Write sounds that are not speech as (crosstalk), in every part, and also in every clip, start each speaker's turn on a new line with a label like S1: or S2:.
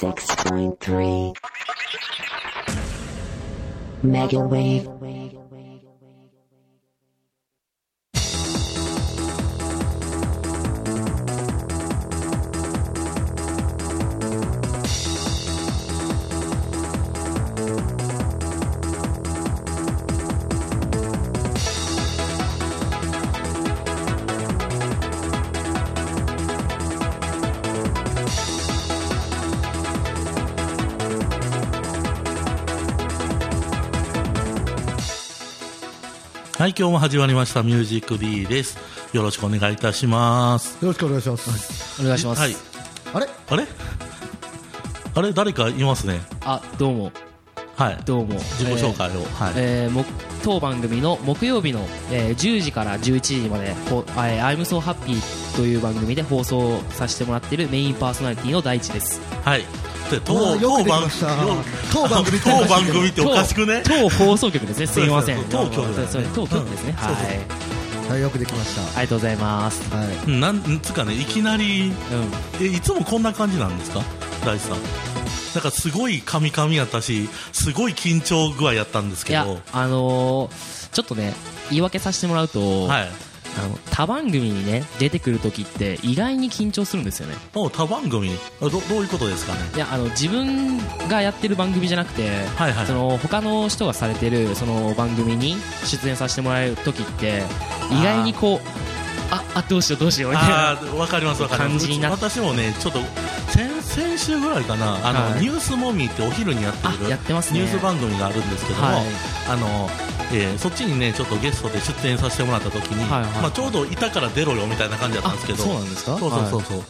S1: 96.3 Mega Wave.
S2: はい、今日も始まりましたミュージック B です。よろしくお願いいたします。
S3: よろしくお願いします。
S4: お願いします。
S2: はい、
S3: あれ
S2: あれあれ誰かいますね。
S4: あ、どうも、
S2: はい。
S4: どうも。
S2: 自己紹介を。はい。
S4: えーえーも当番組の木曜日の、えー10時から11時まで、ほえー I'm So Happy という番組で放送させてもらっているメインパーソナリティの大地です。
S2: はい。で、
S3: わ
S2: 当
S3: あよく
S2: 当
S3: でき
S2: 番
S3: ました
S2: よ
S3: 当番組って
S2: 当番組っておかしくね。
S4: 当当放送局ですね。すいませ
S2: そ
S4: ん。
S2: うそうそう当局だね
S4: そうそう当局ですね。
S2: うん
S4: はい
S2: そう。
S3: はい、よくできまし
S4: ありがとうございます。
S3: た。はい。
S2: なんつうかね、いきなり
S4: うん。
S2: えいつもこんな感じなんですか、大地さん。なんかすごいカミカミやったし、すごい緊張具合やったんです
S4: い
S2: けど。
S4: や
S2: は、
S4: あのーちょっとね、言い訳させてもらうと、
S2: い。
S4: あの他番組にね、出てくる時って意外に緊張するんですよね。
S2: もう他番組あどどういうことですかね。
S4: いやあの自分がやってる番組じゃなくて、
S2: はいはい
S4: その他の人がされてるその番組に出演させてもらえる時って意外にこうああどうしようどうしようみたいな
S2: ああわかりますわかりま
S4: 感
S2: す
S4: じになっ
S2: 私もねちょっと先先週ぐらいかなあの、
S4: はい
S2: ニュースもみってお昼にやって
S4: あ
S2: る
S4: やってますね
S2: ニュース番組があるんですけども、
S4: はい
S2: あのえーそっちにねちょっとゲストで出演させてもらった時に、
S4: はいはい
S2: まあ、ちょうどいたから出ろよみたいな感じだったんですけど
S4: そうなんですか
S2: そうそうそうそう、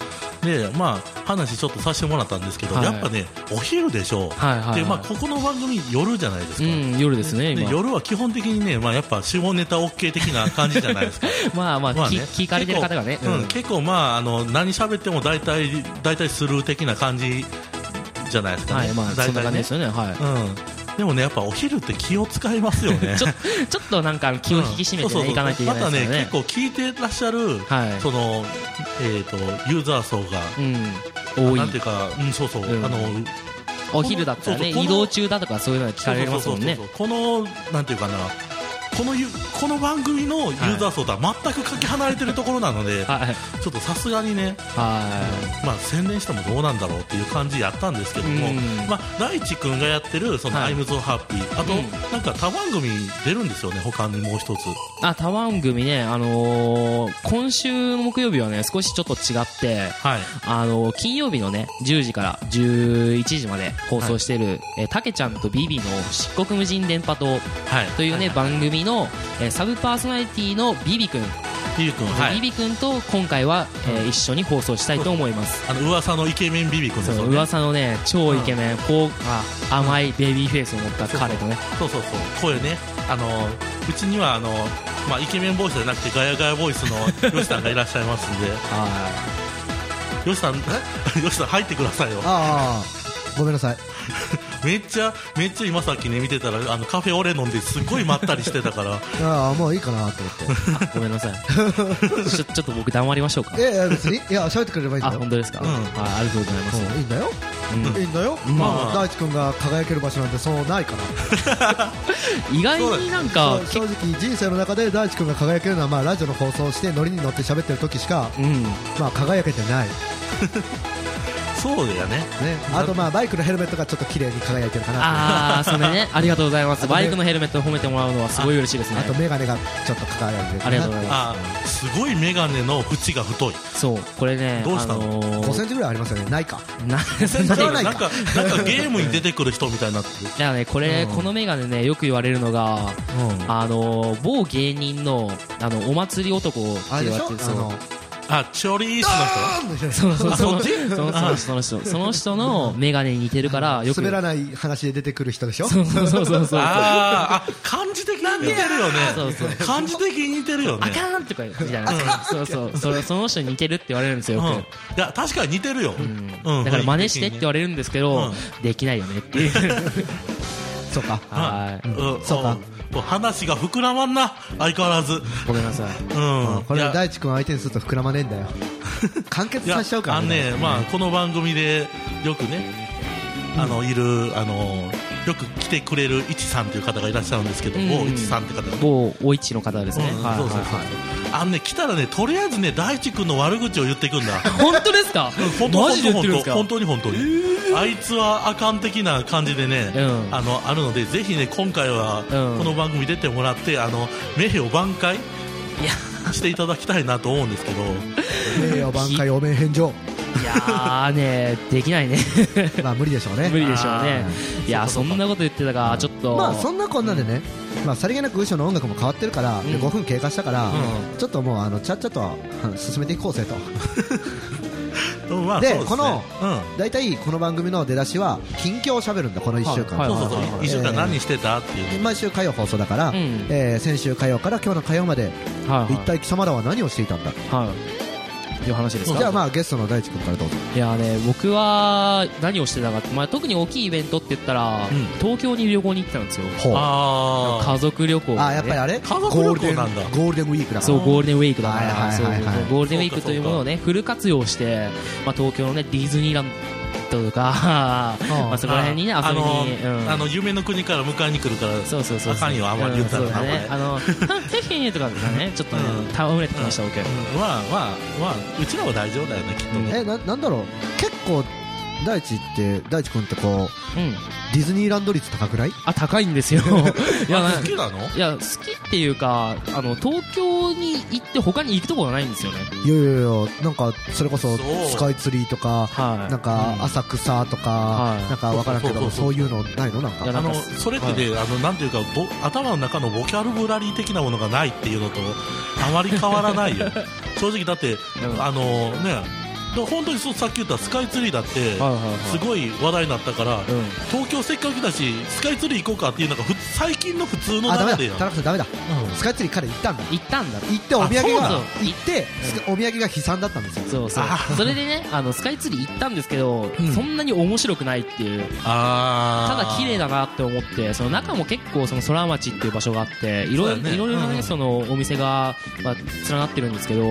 S2: でまあ話ちょっとさせてもらったんですけど、
S4: はい
S2: やっぱねお昼でしょう、
S4: はいはいはい
S2: でまあここの番組夜じゃないです
S4: う
S2: か、
S4: ん夜ですね
S2: で
S4: 今
S2: 夜は基本的にね、まあ、やっぱ下ネタ OK 的な感じじゃないです
S4: (laughs)
S2: か
S4: まあまあ、
S2: まあ
S4: き
S2: ね、
S4: 聞かれてる方がね
S2: 結構,、うん
S4: うん
S2: 結構まああの何喋っても大体大体スルー的な感じじゃないですか
S4: は
S2: ね、
S4: いまあ
S2: 大
S4: そんな
S2: 体
S4: 感
S2: ね
S4: じですよねはい
S2: うん、でもねやっぱお昼って気を使いますよね
S4: (laughs) ちょちょっとなんか気を引き締めて
S2: うんそうそう
S4: ね
S2: そう
S4: いかなきゃいけないですよね
S2: またね結構聞いてらっしゃる、
S4: はい
S2: そのえっ、とユーザー層が、
S4: うん多い
S2: なんていうか、うん、そうそう、
S4: うん
S2: あの
S4: お昼だったらね
S2: そうそうこの
S4: 移動中だとかそういうのが聞かれますもんね
S2: そうそうそうそうこのなんていうかなこのゆこの番組のユーザー層とは全くかけ離れてるところなので、
S4: はい
S2: ちょっとさすがにね
S4: は
S2: まあ、宣伝してもどうなんだろうっていう感じやったんですけども、
S4: うん
S2: まあ、大地君がやってる「その
S4: は
S2: ア
S4: い
S2: イムズ・ハッピー」あと、
S4: うん
S2: なんか他番組出るんですよね他にもう一つ
S4: いあタワン組ねあのー今週の木曜日はね少しちょっと違って
S2: はい
S4: あの金曜日のね10時から11時まで放送している、えーたけちゃんとビビの漆黒無人電波塔
S2: はい
S4: というね、
S2: は
S4: 番組の、えーサブパーソナリティのビビ君、
S2: ビビ君は
S4: ビ
S2: い
S4: ビ君と今回は、えー一緒に放送したいと思い
S2: (laughs)
S4: ます。
S2: あの噂のイケメンビビ君です
S4: そ
S2: よ
S4: の
S2: ね
S4: 噂のね超イケメン、こうあ甘いベビーフェイスを持った彼とね
S2: そうそうそう声ねあのうちにはあの、まあ、イケメンボイスじゃなくてガヤガヤボイスのヨシさんがいらっしゃいますん
S4: (laughs)
S2: で
S4: は
S2: ヨシさんえヨシさん入ってくださいよ
S3: ああ、ごめんなさい。
S2: めっちゃめっちゃ今さっきね見てたらあのカフェオレ飲んですっごいまったりしてた
S4: (laughs)
S2: から
S3: ああ、もういいかなと思っ
S4: いあごめんなさい
S2: (laughs)
S4: ちょちょっと僕黙りましょうか
S3: て。え、いや別に、いや、喋ってくれればいいん
S4: あ
S3: だよ
S4: 本。当ですか、
S2: うん
S4: はいありがとうございます、
S3: うんいいんだよ。
S4: うん
S3: いいんだよ。
S2: まあ
S3: まあ、大地君が輝ける場所なんてそうないから。
S4: 意外になんか
S3: そう正直、人生の中で大地君が輝けるのは、まあ、ラジオの放送して、ノリに乗って喋ってる時しか、
S4: うん
S3: まあ、輝けてない。ね。
S2: そうだよね
S3: あと、まあ、バイクのヘルメットがちょっと綺麗に輝いてるかな。
S4: ああ、それ (laughs) ね、ありがとうございま
S3: あ
S4: す。
S3: とね
S4: バイクのヘルメットを褒めてもらうのはすごい嬉しいですね。
S3: あと、眼鏡がちょっと輝いてるかな。
S4: ありがとうございま
S2: あすごい眼鏡の縁が太い
S4: す。そう、これね、
S2: どうしたの
S4: あの
S3: 5セ
S4: ー
S3: ンチぐらいありますよね。ないか。
S4: な、 (laughs)
S3: 然
S4: な
S3: 違
S4: いう
S3: ない
S2: な
S3: か
S2: んかなんかゲームに出てくる人みたいになってる、
S4: いやね、これ、
S2: うん
S4: このメガネね、よく言われるのが、
S2: あ
S4: あのー、某芸人の、あの、お祭り男って
S3: あれ
S4: 言
S3: で
S4: わ
S3: し
S4: れ
S3: ょ
S4: てる、
S3: あの
S4: そ、
S2: あチョリース
S4: う。そうそうそ
S2: あそっ
S4: う。
S2: ち
S4: そのその人、その人、その人のメガネに似てるから、よく。
S3: 滑らない話で出てくる人でしょ
S4: そうそうそうそうそ
S2: の人
S4: う。
S2: あーあ漢字的に似てるよね
S4: そうそう
S2: 漢字的に似てるよ
S4: あ
S2: ね
S4: かんとか言うみたいな。そうそう。それその人に似てるって言われるんです
S2: う
S4: よ、
S2: ん
S4: よく。
S2: いや確かに似てるよ、
S4: うんだから真似してって言
S2: わ
S4: われるんですけど、できないよねっていう
S3: そうか。
S4: はい
S2: うん、
S3: そうか
S2: うん話が膨らまんな相変わらず
S4: ごめんなさい
S2: うん
S3: これ
S2: いや
S3: 大地君相手にすると膨らまねえんだよ完結
S2: いや
S3: させちゃうから
S2: あのね、まあ、この番組でよくね、あの、いる、あの、よく来てくれるいちさんという方がいらっしゃるんですけど、
S4: うん
S2: もういちさんって方がね。
S4: 某お市の方ですね、
S2: うん
S4: はい
S2: そうそうそうあのね、来たらね、とりあえずね、大地君の悪口を言ってくん
S4: (laughs)
S2: だ。
S4: はい本当ですか
S2: 本当
S4: マジで言っ
S2: 本
S4: てるんです
S2: 当
S4: か
S2: 本当に本当に。あいつはあかん的な感じでね、
S4: うん
S2: あの、あるので、ぜひね、今回は、
S4: うん
S2: この番組出てもらって、あの、名誉挽回
S4: いや
S2: していただきたいなと思うんですけど、
S4: (laughs)
S3: 名誉挽回お面返上
S4: いやーねできないね
S3: まあ無理でしょうね
S4: 無理でしょうね
S3: あ
S4: いやそんなこと言ってたかちょっと、
S3: ーまあそんなこんなでね、まあ、さりげなく後ろの音楽も変わってるから、で
S4: うん
S3: 5分経過したから、
S2: う
S3: ちょっともうあのちゃっちゃとうん進めていこうぜと
S2: まあ、
S3: で
S2: そうすね
S3: この
S2: うん。
S3: 大体この番組の出だしは近況をしゃべるんだこの1週間、
S4: はい
S2: そうそうそう、
S4: はい
S2: 一週間何してたっていう、
S3: 毎週火曜放送だから、
S4: うん
S3: えー先週火曜から今日の火曜まで、
S4: はい
S3: 一体貴様らは何をしていたんだ
S4: はい、はい、いう話ですか
S3: じゃあまあゲストの大地君からどうぞ
S4: いやね僕は何をしてたかって、まあ、特に大きいイベントって言ったら、
S2: うん
S4: 東京に旅行に行ってたんですよ
S3: ほうあ
S2: あ
S4: 家族旅行、ね、
S3: やっぱりあれ
S2: 家族旅行
S3: ゴ
S2: な
S3: ー
S2: ん
S3: ル
S2: だ
S3: デンゴールデンウィークだ
S4: そううゴールデンウィークだから、
S3: はいはいはいはい
S4: そうそうゴールデンウィークというものをねフル活用して、まあ、東京のねディズニーランドと
S2: (laughs)
S4: かまあそこら辺にね
S2: あ
S4: 遊び
S2: の
S4: に、うん
S2: あの夢の国から迎えに来るから、
S4: そうそうそうそう
S2: あかんよあんまり言ったら
S4: うんそうだね
S2: あ
S4: あのテフィーとかですねちょっとね
S2: うん
S4: 戯れてきました僕
S2: うんまあまあまあうちらは大丈夫だよねきっとね、
S3: えななんだろう結構大地って大地君ってこう
S4: うん
S3: ディズニーランド率高くない
S4: あ高いんです
S2: (laughs)
S4: よいや
S2: あ
S4: な
S2: 好きなの
S4: いや好きっていうかあの東京に行って他に行くところがないんですよね
S3: いやいやいやなんかそれこそ
S2: そう
S3: スカイツリーとか
S4: はい
S3: なんか浅草とか
S4: はい
S3: なんかわからんけど
S2: そ
S3: そう
S2: そうそうそう
S3: ういうのないのなん
S4: いや
S3: か
S2: あ
S4: なん
S2: の
S4: か
S2: それってね、あのなんていうかぼ頭の中のボキャルブラリー的なものがないっていうのとあまり変わらない
S4: (laughs)
S2: よ正直だって、
S4: うん
S2: あのねで本当にそうさっき言ったスカイツリーだって、
S4: はいはいはい
S2: すごい話題になったから、
S4: うん
S2: 東京せっかくだしスカイツリー行こうかっていうのがふ最近の普通の
S3: あダ
S2: 流
S3: メだ
S2: れやん
S3: 田中さんダメだ
S2: うん
S3: スカイツリーから行ったんだ
S4: 行ったんだ
S3: 行ってお土
S2: あ
S3: 産が
S2: そう
S4: なの
S3: 行ってスカお土産が悲惨だったんですよ
S4: そうそう
S2: あ
S4: それでねあのスカイツリー行ったんですけど、
S2: うん
S4: そんなに面白くないっていう
S2: あ
S4: ただ綺麗だなって思ってその中も結構その空町っていう場所があっていろ
S2: そう
S4: いろ、
S2: だね
S4: いろいろな
S2: うんう
S4: ね
S2: ん
S4: そのお店が、まあ、連なってるんですけど、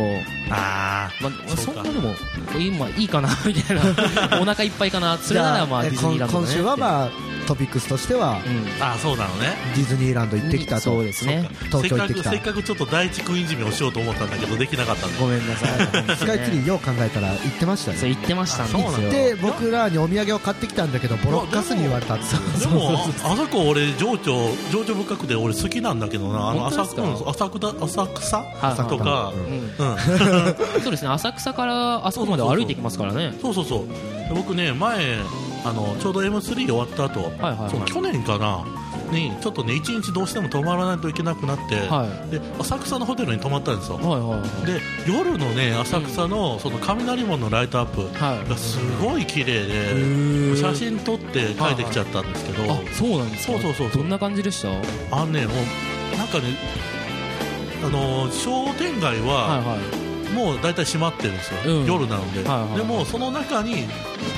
S2: あ
S4: まあ、
S2: そ
S4: そう
S2: か
S4: んなでも今いいかなみたいなお腹いっぱいかなそれならまあ
S3: じゃ
S4: ディズニーラン
S3: え
S4: ド
S3: 今今週はまあトピックスとしては
S4: あ、うん、
S2: ーあーそうなのね
S3: ディズニーランド行ってきた
S4: そう
S3: と
S4: ですね
S3: 東京行ってきた
S2: せっかくせっかくちょっと第一クイーンじめをしようと思ったんだけどできなかったんで
S4: ごめんなさい本当に (laughs) ね
S3: スカイツリーよう考えたら行ってました
S4: そう
S3: ね
S4: 言ってましたん
S2: あそうなん
S4: ですよ
S3: で僕らにお土産を買ってきたんだけどボロッカスに言われたっていう
S2: でもああそこ俺情緒情緒深くで俺好きなんだけどなあの
S4: 本当
S2: 浅
S4: ですか
S2: 草うん浅草浅草
S4: はい
S2: とか
S4: うん
S2: うん
S4: (laughs) そうですね浅草からあそこまで歩いていきますからね
S2: そうそうそうで僕ね前あのちょうど M3 終わった後、
S4: はいはい
S2: その去年かなにちょっとね一日どうしても泊まらないといけなくなって、
S4: は
S2: で浅草のホテルに泊まったんですよ
S4: いはいはいはい
S2: で夜のね浅草のその雷門のライトアップ
S4: はい
S2: がすごい綺麗
S4: へ
S2: で
S4: ー
S2: 写真撮って帰ってきちゃったんですけど
S4: あそうなんですか
S2: そうそうそうそう
S4: どんな感じでしたはい
S2: あのねもうなんかねあのー商店街は
S4: は
S2: もう大体閉まってるんですよ、
S4: うん
S2: 夜なので、
S4: はいはい
S2: でもその中に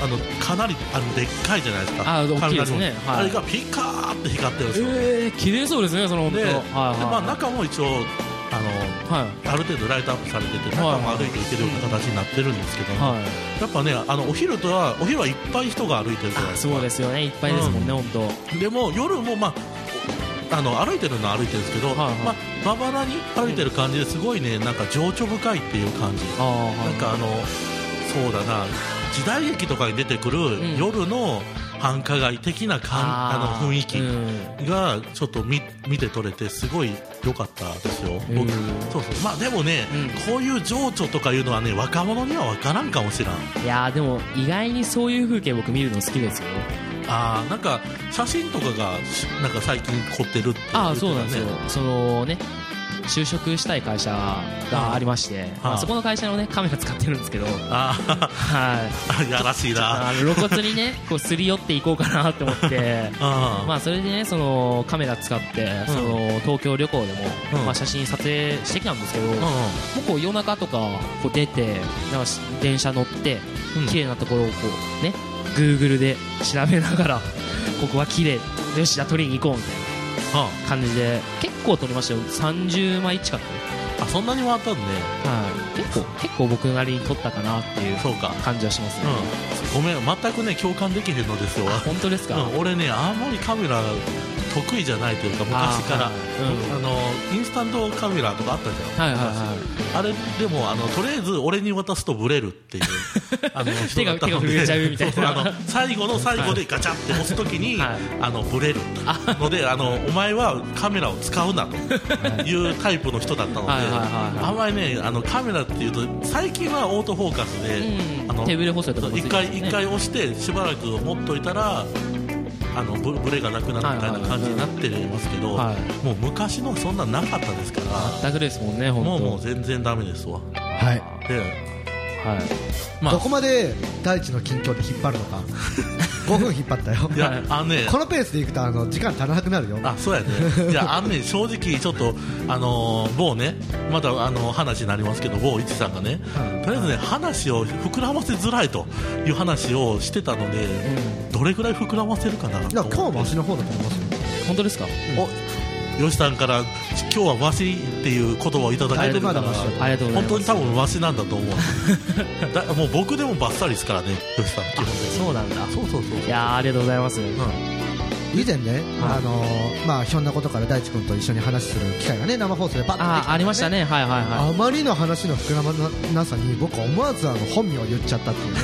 S2: あのかなりあのでっかいじゃないですか
S4: あ大きいですね
S2: 雷門
S4: はい
S2: あれがピカーって光ってるんですよ、
S4: ええ綺麗そうですねその本当
S2: で,、
S4: はい
S2: でまあ、
S4: は
S2: 中も一応あの
S4: いはい
S2: ある程度ライトアップされてて
S4: はい
S2: 中も歩いていけるような形になってるんですけど、
S4: はい
S2: やっぱねあのお昼とはお昼はいっぱい人が歩いてるじゃない
S4: あ
S2: です
S4: そう
S2: か
S4: ですよねいっぱいですもんね本当
S2: でも夜もまあおあの歩いてるのは歩いてるんですけど、
S4: はいはい
S2: まあ、まばらに歩いてる感じですごいねなんか情緒深いっていう感じ
S4: ああ
S2: なんかあのそうだな時代劇とかに出てく
S4: ん
S2: る夜の繁華街的な感あの雰囲気
S4: うん
S2: がちょっと見見て取れてすごい良かったですよ、
S4: うん
S2: 僕そうそうまあでもね、こういう情緒とかいうのはね若者には分からんかもしらん
S4: いやーでも意外にそういう風景僕見るの好きですよ
S2: あーなんか写真とかがしなんか最近凝ってるって
S4: ああそうなんです
S2: ね
S4: よそのね就職したい会社がありまして、まあ、そこの会社のねカメラ使ってるんですけど
S2: あー (laughs)
S4: はい
S2: あやらしいな
S4: あの露骨にねこうすり寄っていこうかなって思って
S2: あ
S4: まあそれでねそのカメラ使ってその東京旅行でも、
S2: うん
S4: まあ、写真撮影してきたんですけど、もう
S2: う
S4: こう夜中とかこう出てなんかし電車乗って
S2: うん
S4: 綺麗なところをこうね Google で調べながら (laughs) ここは綺麗よしじゃあ撮りに行こうみたい
S2: んうん
S4: な感じで結構撮りましたよ30枚近く
S2: あそんなに回ったんね
S4: は結構結構僕なりに撮ったかなっていう
S2: そうか
S4: 感じはしますね、
S2: うんごめん全くね共感できへんのですよ
S4: あ本当ですか、
S2: うん、俺ねあんまりカメラ得意じゃないというか昔からあ、
S4: あーはいうん
S2: のインスタントカメラとかあったじゃん、
S4: はいはいはい
S2: あれでもあのとりあえず俺に渡すとブレるっていう
S4: (laughs)
S2: あの人だったので
S4: 手が手が震えちゃうみたいな
S2: そうそうあの最後の最後でガチャって押すときに、
S4: はい
S2: あのブレるのであのお前はカメラを使うなというタイプの人だったので
S4: はいはいはいはい
S2: あんまりねあのカメラっていうと最近はオートフォーカスで、
S4: うん
S2: あの
S4: 手ぶれ補正とかもつい
S2: 一
S4: てます
S2: 回
S4: ね
S2: 一回押してしばらく持っといたらあのブブレがなくなるみたいな感じになってますけど、
S4: は
S2: もう昔のそんなんなかったですから。
S4: ダグですもんね本当
S2: もうもう全然ダメですわ。
S3: はい
S2: で、
S4: はい
S2: ま
S3: ど
S2: あ、
S3: こまで大地の近況で引っ張るのか5分引っ張ったよ
S2: い
S4: はい
S2: や、あのね、
S3: このペースでいくとあの時間足らなくなるよ
S2: あ、そうやね。いや、あのね、正直ちょっと、あのー某ね、またあの話になりますけど、某一さんがね、
S3: はい
S2: とりあえずね、話を膨らませづらいという話をしてたので、どれぐらい膨らませるかなと
S3: だ
S2: 思
S3: か
S2: って
S3: ら今日も足の方だと思いますよ
S4: 本当ですか
S2: お、吉さんから、今日はわしっていう言葉をいただいてるから
S3: だいぶまだマシだと思う
S4: ありがとうござい
S2: 本
S4: ます
S2: 当に多分わしなんだと思うだもう僕でもバッサリですからね吉さん基本的に
S4: そうなんだ
S2: そうそうそう
S4: いやーありがとうございます、
S2: う
S3: 以前ね、
S4: はい
S3: あのーまあ、ひょんなことから大地君と一緒に話する機会がね生放送でパッとできたんだよ
S4: あーありましたねはいはいは
S3: あまりの話の膨らまなさに僕は思わずあの本名を言っちゃったっ
S2: (laughs)
S3: ていうね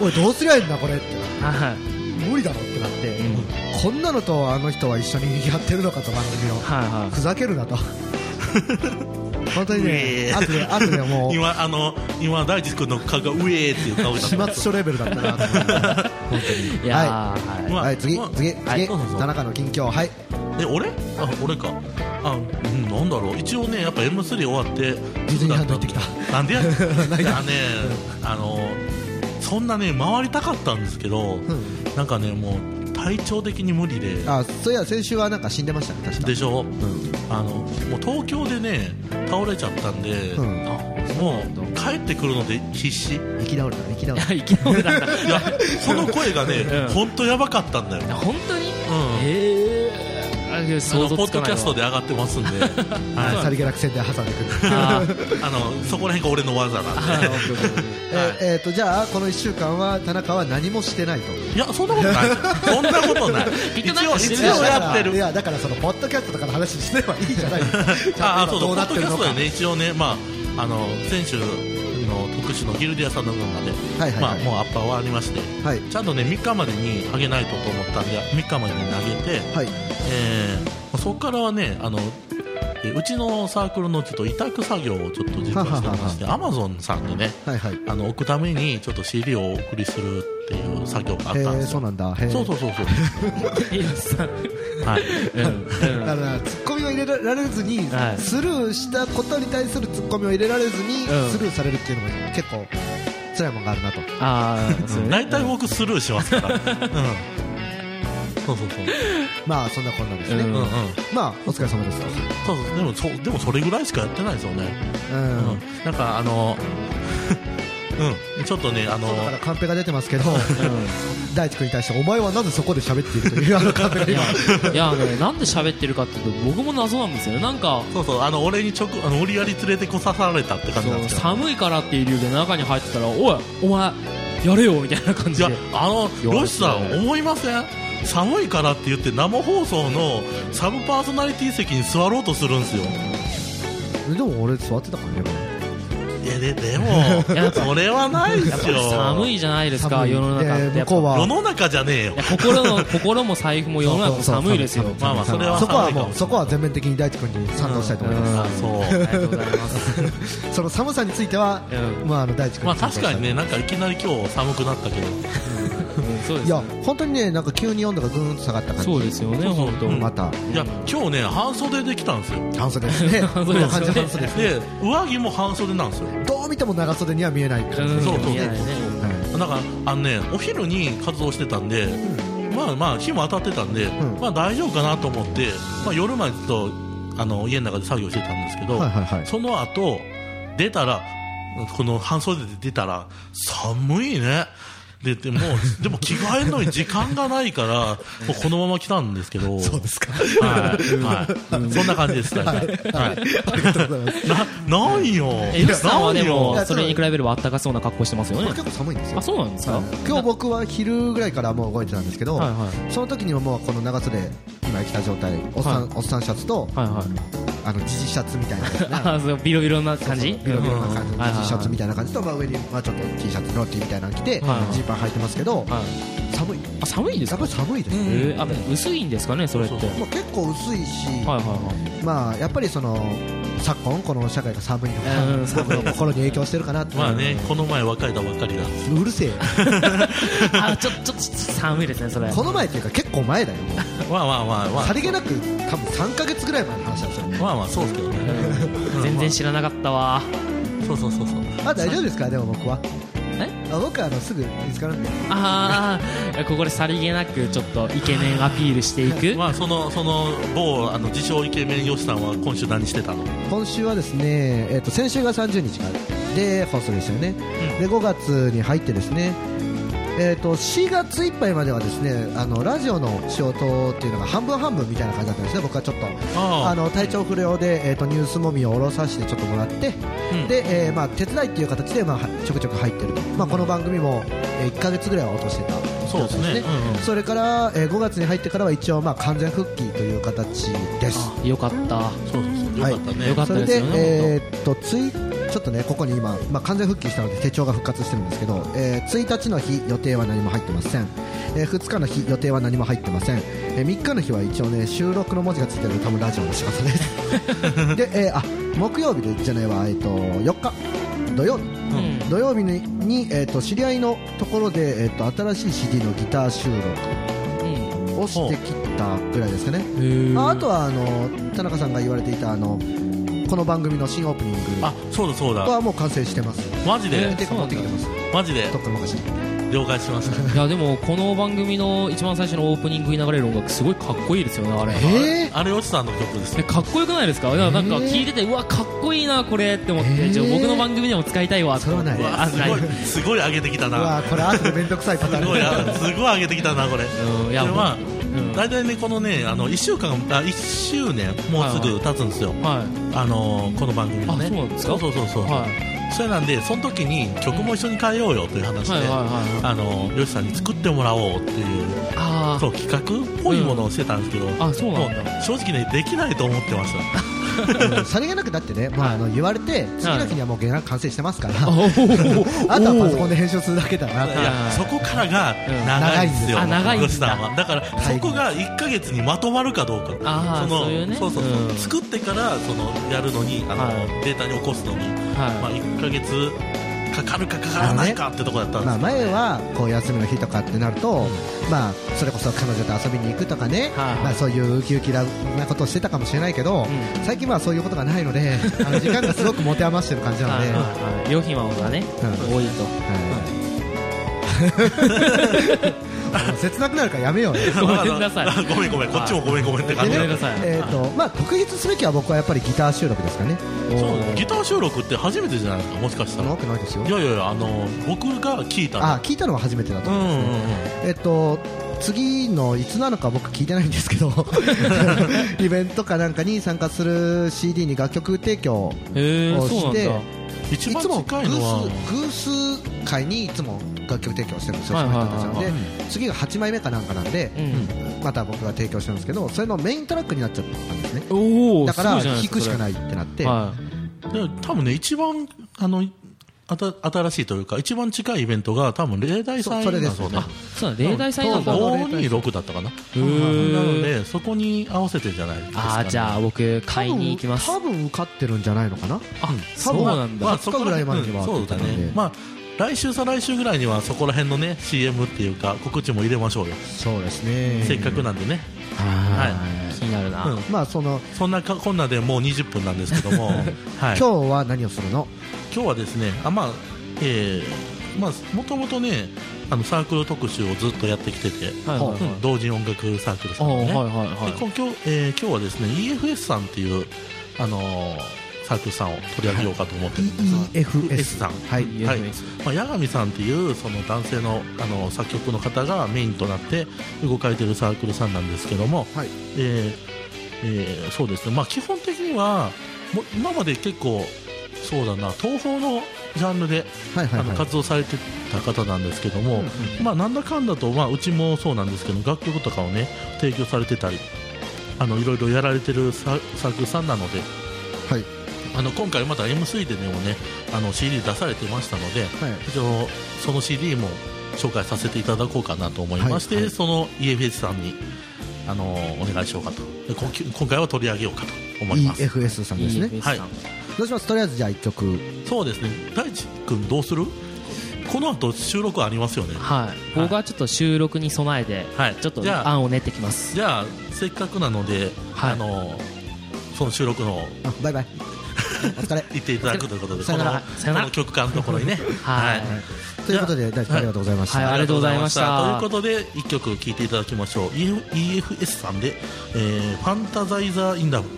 S3: おいどうすりゃいいんだこれって
S4: いはい
S3: 無理だろってなって、
S4: うん
S3: こんなのとあの人は一緒にやってるのかと番組を
S4: はいはい
S3: ふざけるな
S2: (laughs)
S3: と本当に
S2: うえ
S3: ね
S2: ー
S3: 後で後でも
S2: ん、
S3: う
S2: 今あの今大地君の顔が「うえー」っていう顔になって
S3: 始末
S2: ます
S3: 書レベルだったなと思って本当
S4: い
S3: に
S4: やー
S3: は
S4: は
S2: (laughs)
S3: い、
S4: い
S2: まあ
S3: はい、次
S2: まあ
S3: 次
S2: は
S3: 次
S2: いそうそうそう
S3: 田中の近況はい
S2: え俺あ俺かあうんなんだろう一応ねやっぱ M3 終わって
S3: ディズニーランド行ってきた
S2: なんで
S3: (laughs)
S2: やねんいやねあのそんなね回りたかったんですけど、
S3: ん
S2: なんかねもう体調的に無理で
S3: あそういや先週はなんか死んでましたね確か
S2: でしょ
S3: うん
S2: あのもう東京でね倒れちゃったんで、
S3: ん
S2: あもう帰ってくるので必死い
S3: 生き直るな生き直る
S4: いや生き残れたんだ
S3: (laughs)
S2: やその声がね
S4: うん
S2: 本当、やばかったんだよ、
S4: 本当に
S2: うん
S4: ええ
S2: あ
S4: 想
S2: の
S4: 像
S2: ポッ
S4: つ
S2: ド
S4: かな
S2: キャ
S4: いわ
S2: ストで上がってますんで、
S3: (laughs) あ
S2: (laughs) は
S3: さ
S2: い、
S3: りげなく宣伝挟んでくる
S4: あー
S2: あのそこら辺が俺の技なんで
S4: あーオッケーオッケーオッケー
S3: えーえーとじゃあこの1週間は田中は何もしてないと
S2: いや、そんなことない。そんなことない。
S4: 結
S2: 一
S4: 局なん
S2: 応、
S4: かしてる
S2: 一
S4: でしょ
S2: 応やって
S3: い
S2: る。
S3: やだからそのポッドキャストとかの話にす
S2: (laughs)
S3: ればいいじゃないち
S2: あ
S3: ゃん
S2: あ、
S3: と
S2: そうそ
S3: 今ど
S2: う、ポ
S3: うな
S2: ッ
S3: って
S2: ド
S3: る
S2: キャス
S3: の
S2: ト
S3: か
S2: でね、一応ね、まあ、あの、選手の特殊のギルディアさんの分まで、
S3: はいはい
S2: まあ、
S3: はい
S2: もうアッパーはありまして、
S3: はい
S2: ちゃんとね、3日までにあげないとと思ったんで、3日までにあげて、
S3: はい
S2: えー、そこからはね、あの、えうちのサークルのちょっと委託作業をちょっと実はしてまして、アマゾンさんにね、
S3: はいはい
S2: あの、置くために、ちょっと CD をお送りするっていう作業があったん
S3: へ
S2: で
S3: え
S2: す
S3: そ
S2: よ。
S3: うなんだへえ
S2: そうそうそうそう。
S4: いやさ
S2: はい。
S4: うんう
S3: だ
S4: ん
S3: からツッコミを入れられずに、
S4: はい
S3: スルーしたことに対するツッコミを入れられずに、
S4: うん
S3: スルーされるっていうのが結構辛いもんがあるなと
S4: あーそうね
S2: 大体僕スルーしますから。うん。そうそうそう。
S3: まあそんなこんなですね、
S4: うん
S2: うんうん。
S3: まあお疲れ様です
S2: そうそう。でもそ、でもそれぐらいしかやってないですよね。
S3: うん、
S2: うん。なんかあの、うん。ちょっとね、あの
S3: そう、だからカンペが出てますけど
S4: う
S3: (laughs) 大地君に対してお前はなぜそこで喋っているというあのカ
S2: (laughs)
S3: ンペが
S4: んい
S3: 今
S4: やいやねなんで喋ってるかっていうと僕も謎なんですよねなんか
S2: そうそう、あの、俺に直、あの、無理やり連れてこさされたって感じなん
S4: そ
S2: で
S4: う
S2: すけど。
S4: 寒いからっていう理由で中に入ってたら「おいお前やれよ」みたいな感
S2: い
S4: じ
S2: や
S4: で、
S2: あの、
S4: 言われて
S2: ロシさん、思いません寒いからって言って生放送のサブパーソナリティ席に座ろうとするんですよ。
S3: でも俺座ってたからね
S2: い (laughs) や、で、でも
S4: やっ、ぱ
S2: それはないですよ。
S4: 寒いじゃないですか
S3: 寒い
S4: 世の中って
S3: で
S4: や
S3: 向
S4: っぱ
S3: こうは
S2: 世の中じゃねえよ
S4: いや。心の心も財布も世の中も寒いですよ
S3: そうそう
S2: まあまあ、それは
S3: そこは
S2: 寒いか
S3: も
S2: も
S3: う
S2: しれな
S3: そ
S2: い。
S3: こは全面的に大地君に賛同したいと思います、
S2: あ、そう。
S4: ありがとうございます、
S3: その寒さについては、
S4: うん
S3: まあ、あの大地君
S2: まあ確かにね、なんかいきなり今日寒くなったけど、
S4: うんそうで
S3: い
S4: す
S3: や
S4: よね
S3: 本当にねなんか急に温度がぐーんと下がった感じ
S4: そうですよね
S2: そうそう
S4: 本当
S2: うん
S3: また
S2: いや、今日ね、半袖で来たんですよ。
S3: 半袖ですね
S4: (laughs) 半袖で
S3: もう
S4: すよね
S3: 完全に半袖です
S2: で、上着も半袖なんですよ。
S3: どう見ても長袖には見えない感じ
S4: うん
S3: です
S2: そうそう
S4: 見えないね
S3: はい
S2: なんか、あのね、お昼に活動してたんで、まあまあ、日も当たってたんで、
S3: ん
S2: まあ大丈夫かなと思って、まあ夜までずっと、あの、家の中で作業してたんですけど
S3: はい、はいはい
S2: その後、出たら、この半袖で出たら、寒いね。ででもでも着替えるのに時間がないから (laughs) もうこのまま来たんですけど
S3: そうですか。
S2: はい、はい、そんな感じです大体はい
S3: ありがとうございます。
S2: ななんよ
S4: え吉さんはで
S2: なん
S4: も
S2: よ
S4: それに比べればあったかそうな格好してますよね
S3: 結構寒いんですよ
S4: あ。そうなんですか、
S3: 今日僕は昼ぐらいからもう動いてたんですけど、
S4: はいはい
S3: その時にはもうこの長袖今着た状態おっさん、おっさんシャツと、
S4: はいはい
S3: あのジジシャツみたいなですね
S4: あそうビロビロな感じ
S3: ビロビロな感じ
S4: うん
S3: の
S4: はい
S3: ジ
S4: はいはい
S3: ジシャツみたいな感じと、まあ、上に、まあ、ちょっと T シャツの T みたいなの着てジー
S4: はいはい
S3: パン履いてますけど、
S4: はい
S3: 寒いや
S4: あ寒いんです
S3: っ
S4: か
S3: ぱり寒いです、
S2: うん
S4: えーあ薄いんですかねそれって
S2: そうそう
S4: は
S3: もう結構薄いし、
S4: いはいはい
S3: まあ、やっぱりその昨今この社会が寒いの
S4: うん
S3: が僕
S4: 寒い
S3: の心に影響してるかなって
S2: まあねこの前別れたばっかりが
S3: うる
S4: (laughs)
S3: せえよ
S4: あちょちょっと寒いですねそれ
S3: この前っていうか結構前だよも
S2: まあまあまあま
S3: う
S2: あ
S3: さりげなく多分3ヶ月ぐらい前の話なんですよ
S2: まあまあそうですけどね
S4: うん全然知らなかったわ
S2: そうそうそうそう
S3: あ大丈夫ですかでも僕は
S4: え
S3: あ僕はあのすぐ見つかるんで
S4: ああここでさりげなくちょっとイケメンアピールしていく
S2: まあそのその某あの自称イケメン吉さんは今週何してたの
S3: 今週はですね、えっと先週が30日からで放送でしたよね、で5月に入ってですね、えっと4月いっぱいまではですねあのラジオの仕事っていうのが半分半分みたいな感じだったんですね僕はちょっとあ
S2: あ
S3: の体調不良で、えっとニュースもみを下ろさせてちょっともらって、
S2: うん
S3: でえーまあ、手伝いっていう形で、まあ、はちょくちょく入ってると、まあ、この番組も、え1ヶ月ぐらいは落としてた
S2: そうですね
S3: 状態
S2: うんうん
S3: それから、え5月に入ってからは一応、まあ、完全復帰という形です。
S4: あよかった
S2: そうですよかったね
S4: よかっ
S3: そ
S4: た
S3: れ
S4: です
S3: で、
S4: よね
S3: えーっとついちょっとねここに今、まあ、完全復帰したので手帳が復活してるんですけど、えー1日の日予定は何も入ってません、えー2日の日予定は何も入ってません、えー3日の日は一応ね収録の文字がついてるので多分ラジオの仕事です
S4: (laughs)
S3: で、えーあ木曜日でじゃないわ、えーっと4日土曜日
S4: うん
S2: うん
S3: 土曜日にに、えーっと知り合いのところで、えーっと新しい CD のギター収
S4: うん
S3: 録をしてきたぐらいですかね
S4: へー
S3: ああとはあの田中さんが言われていたあのこの番組の新オープニング
S2: あそうだそうだ
S3: はもう完成してます。
S2: マジ
S4: え
S2: で
S4: ー
S3: てか
S4: そ
S3: 持
S4: うな
S3: っ
S4: ん
S3: て
S4: だ
S3: きてます。
S2: マジで
S3: とっくの昔。
S2: 了解しました
S4: いやでもこの番組の一番最初のオープニングに流れる音楽すごいかっこいいですよねあれ
S3: え
S2: あれ吉さんの曲です
S4: えかっこよくないですかなんかなんか
S3: えー
S4: 聞いててうわかっこいいなこれって思って、
S3: えー
S4: じゃあ僕の番組でも使いたいわって思って
S3: それは
S4: あ
S2: すごいすごい上げてきた
S3: うわ
S2: な
S3: これ後で面倒くさいパターン。
S2: すごいあすごい上げてきたなこれ
S4: うんい
S2: で
S4: や
S2: まあ
S4: うん
S2: 大体ねこのねあの1週間あ1周年もうすぐ経つんですよ
S4: はい
S2: あのこの番組のね
S4: あそうなんですか
S2: そうそうそうそう
S4: はい
S2: それなんでその時に曲も一緒に変えようよという話
S4: はいは
S2: で
S4: いはいはい
S2: あの吉さんに作ってもらおうっていう
S4: あ
S2: そう企画っぽいものをしてたんですけど、
S4: んあそうなんだ
S2: も正直ねできないと思ってました
S3: (laughs) さりげなくだってね、ま
S4: は
S3: あ
S4: い
S3: あの言われて次の日にはもう原案完成してますから。
S4: あ
S3: (laughs) あ
S4: おー
S3: とはパソコンで編集するだけだな。
S2: いやそこからが
S4: うん
S2: 長いんですよ、
S4: あ長いんだ
S2: 吉さんはだから
S3: はい
S2: そこが1か月にまとまるかどうか
S4: あー
S2: の
S4: そういうね
S2: そうそうそう
S4: うん
S2: 作ってからそのやるのにあの、
S4: はい
S2: データに起こすのに、まあ、
S4: は
S2: 1か月かかるかかからないかってとこだったんで
S3: ますあ
S2: けど、
S3: 前はこう休みの日とかってなると、まあそれこそ彼女と遊びに行くとかね、
S4: はいはい
S3: まあそういうウキウキなことをしてたかもしれないけど、
S4: ん
S3: 最近はそういうことがないので、あの時間がすごく持て余してる感じ
S4: い
S3: なの
S4: はい
S3: で、は
S4: はいはいヨヒマオがね
S3: うん
S4: 多い
S3: いあの切なくなるからやめようね。
S2: (laughs)
S4: ごめんなさい
S2: ごめんごめんこっちもごめんごめんって感じ
S4: ご
S2: だ
S4: め
S2: っ
S4: ん
S2: た
S4: なさい
S3: えーとまあ、特筆すべきは僕はやっぱりギター収録ですかね、
S4: と
S2: そうギター収録って初めてじゃないですかもしかし
S3: そ
S2: た
S3: んな
S2: ら
S3: わけないですよ
S2: い、やいやいやあの僕が聞いたの
S3: あ聞いたのは初めてだと
S2: うん
S3: 思い
S2: う
S3: ます、
S2: ん
S3: ね
S2: うん
S3: えっと次のいつなのか僕、聞いてないんですけど、イベントかなんかに参加する CD に楽曲提供、
S4: へえ
S3: を
S4: そうな
S3: し
S4: ん
S3: て
S4: だ
S2: 一
S3: い
S2: 番
S3: つも
S2: 近いのは
S3: 偶数偶数回にいつも楽曲提供してるんですよ、
S4: はいはいはいはい
S3: その人たちはで次が8枚目かなんかなんで、
S4: うん
S3: また僕が提供してるんですけど、それのメイントラックになっちゃったんですね、
S4: おお
S3: だから弾くしか
S4: い
S3: ないってなって、
S4: それは
S2: で多分ね一番あのあた新しいというか一番近いイベントが多分例題祭
S3: そ
S2: な
S3: そ
S2: ん
S3: れで
S2: ですすよ
S4: い
S2: ね
S4: あそうなんだ例題祭なんだ
S3: そう
S2: 526だったかな
S4: へー
S2: なのでそこに合わせてじゃないですか、ね、
S4: あーじゃあ僕買いに行きます
S3: 多分多分受かってるんじゃないのかな
S4: あ
S3: 多
S4: そう
S3: 分
S4: なん
S2: ま
S4: だ
S2: あそこら
S3: 二日ぐらいまでには
S2: うんそうだ
S3: って言ってたん
S2: ね
S3: で
S2: まあ来週再来週ぐらいにはそこら辺のね CM っていうか告知も入れましょうよ、
S3: そうですね
S2: せっかくなんでね、
S3: はい、
S4: 気になる
S2: う、
S4: なん
S3: まあその
S2: そんなかこんなでもう20分なんですけど
S3: (laughs)
S2: も、はい、
S3: 今日は何をするの、
S2: 今日はですねあまあえーまあもともとねあのサークル特集をずっとやってきてて、
S4: はいはいはい
S2: うん同人音楽サークル
S4: あ
S2: さん
S4: ー
S2: でね、
S4: はいはいは
S2: で
S4: い
S2: こん今日、えー今日はですね EFS さんっていうあのーサークルさんを取り上げようかと思ってるんですが、
S3: EEFS
S2: さん
S3: はい
S4: い
S2: はいまあ、八神さんっていうその男性のあの作曲の方がメインとなって動かれてるサークルさんなんですけども、
S3: はい
S2: えーえーそうですね、まあ、基本的にはもう今まで結構そうだな東宝のジャンルで、
S3: はいはい
S2: あの
S3: はい
S2: 活動されてた方なんですけども、まあ、なんだかんだと、まあ、うちもそうなんですけど楽曲とかをね提供されてたりあのいろいろやられてるササークルさんなので。
S3: はい
S2: あの今回また M3 ででもねあの CD 出されてましたので、
S3: はい
S2: 一応その CD も紹介させていただこうかなと思いまして、
S3: はいはい
S2: その EFS さんにあのお願いしようかとでこん今回は取り上げようかと思います
S3: EFS さんですね
S4: EFS
S2: はい
S4: さん
S3: どうしますとりあえずじゃあ1曲
S2: そうですね大地君どうするこの後収録ありますよね
S4: はい僕はちょっと収録に備えて
S2: はい
S4: ちょっと
S2: じゃあ
S4: 案を練ってきます
S2: じゃあせっかくなので、
S4: はい
S2: あのその収録の方
S3: あバイバイお疲れ
S2: 行っていただくということで
S4: さ
S2: こ
S4: よ
S2: の
S4: ならさよなら
S2: この曲間のところにね
S4: (laughs) はい
S3: ということで大地君ありがとうございました
S4: はいありがとうございました
S2: ということで一曲聴いていただきましょう EF EFS さんで、えーファンタザイザー・イン・ラブ」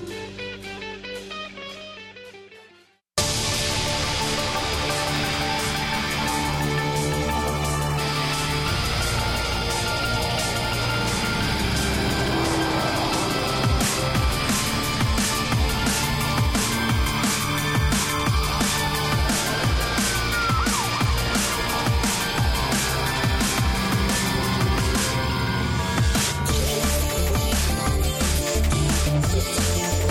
S5: 「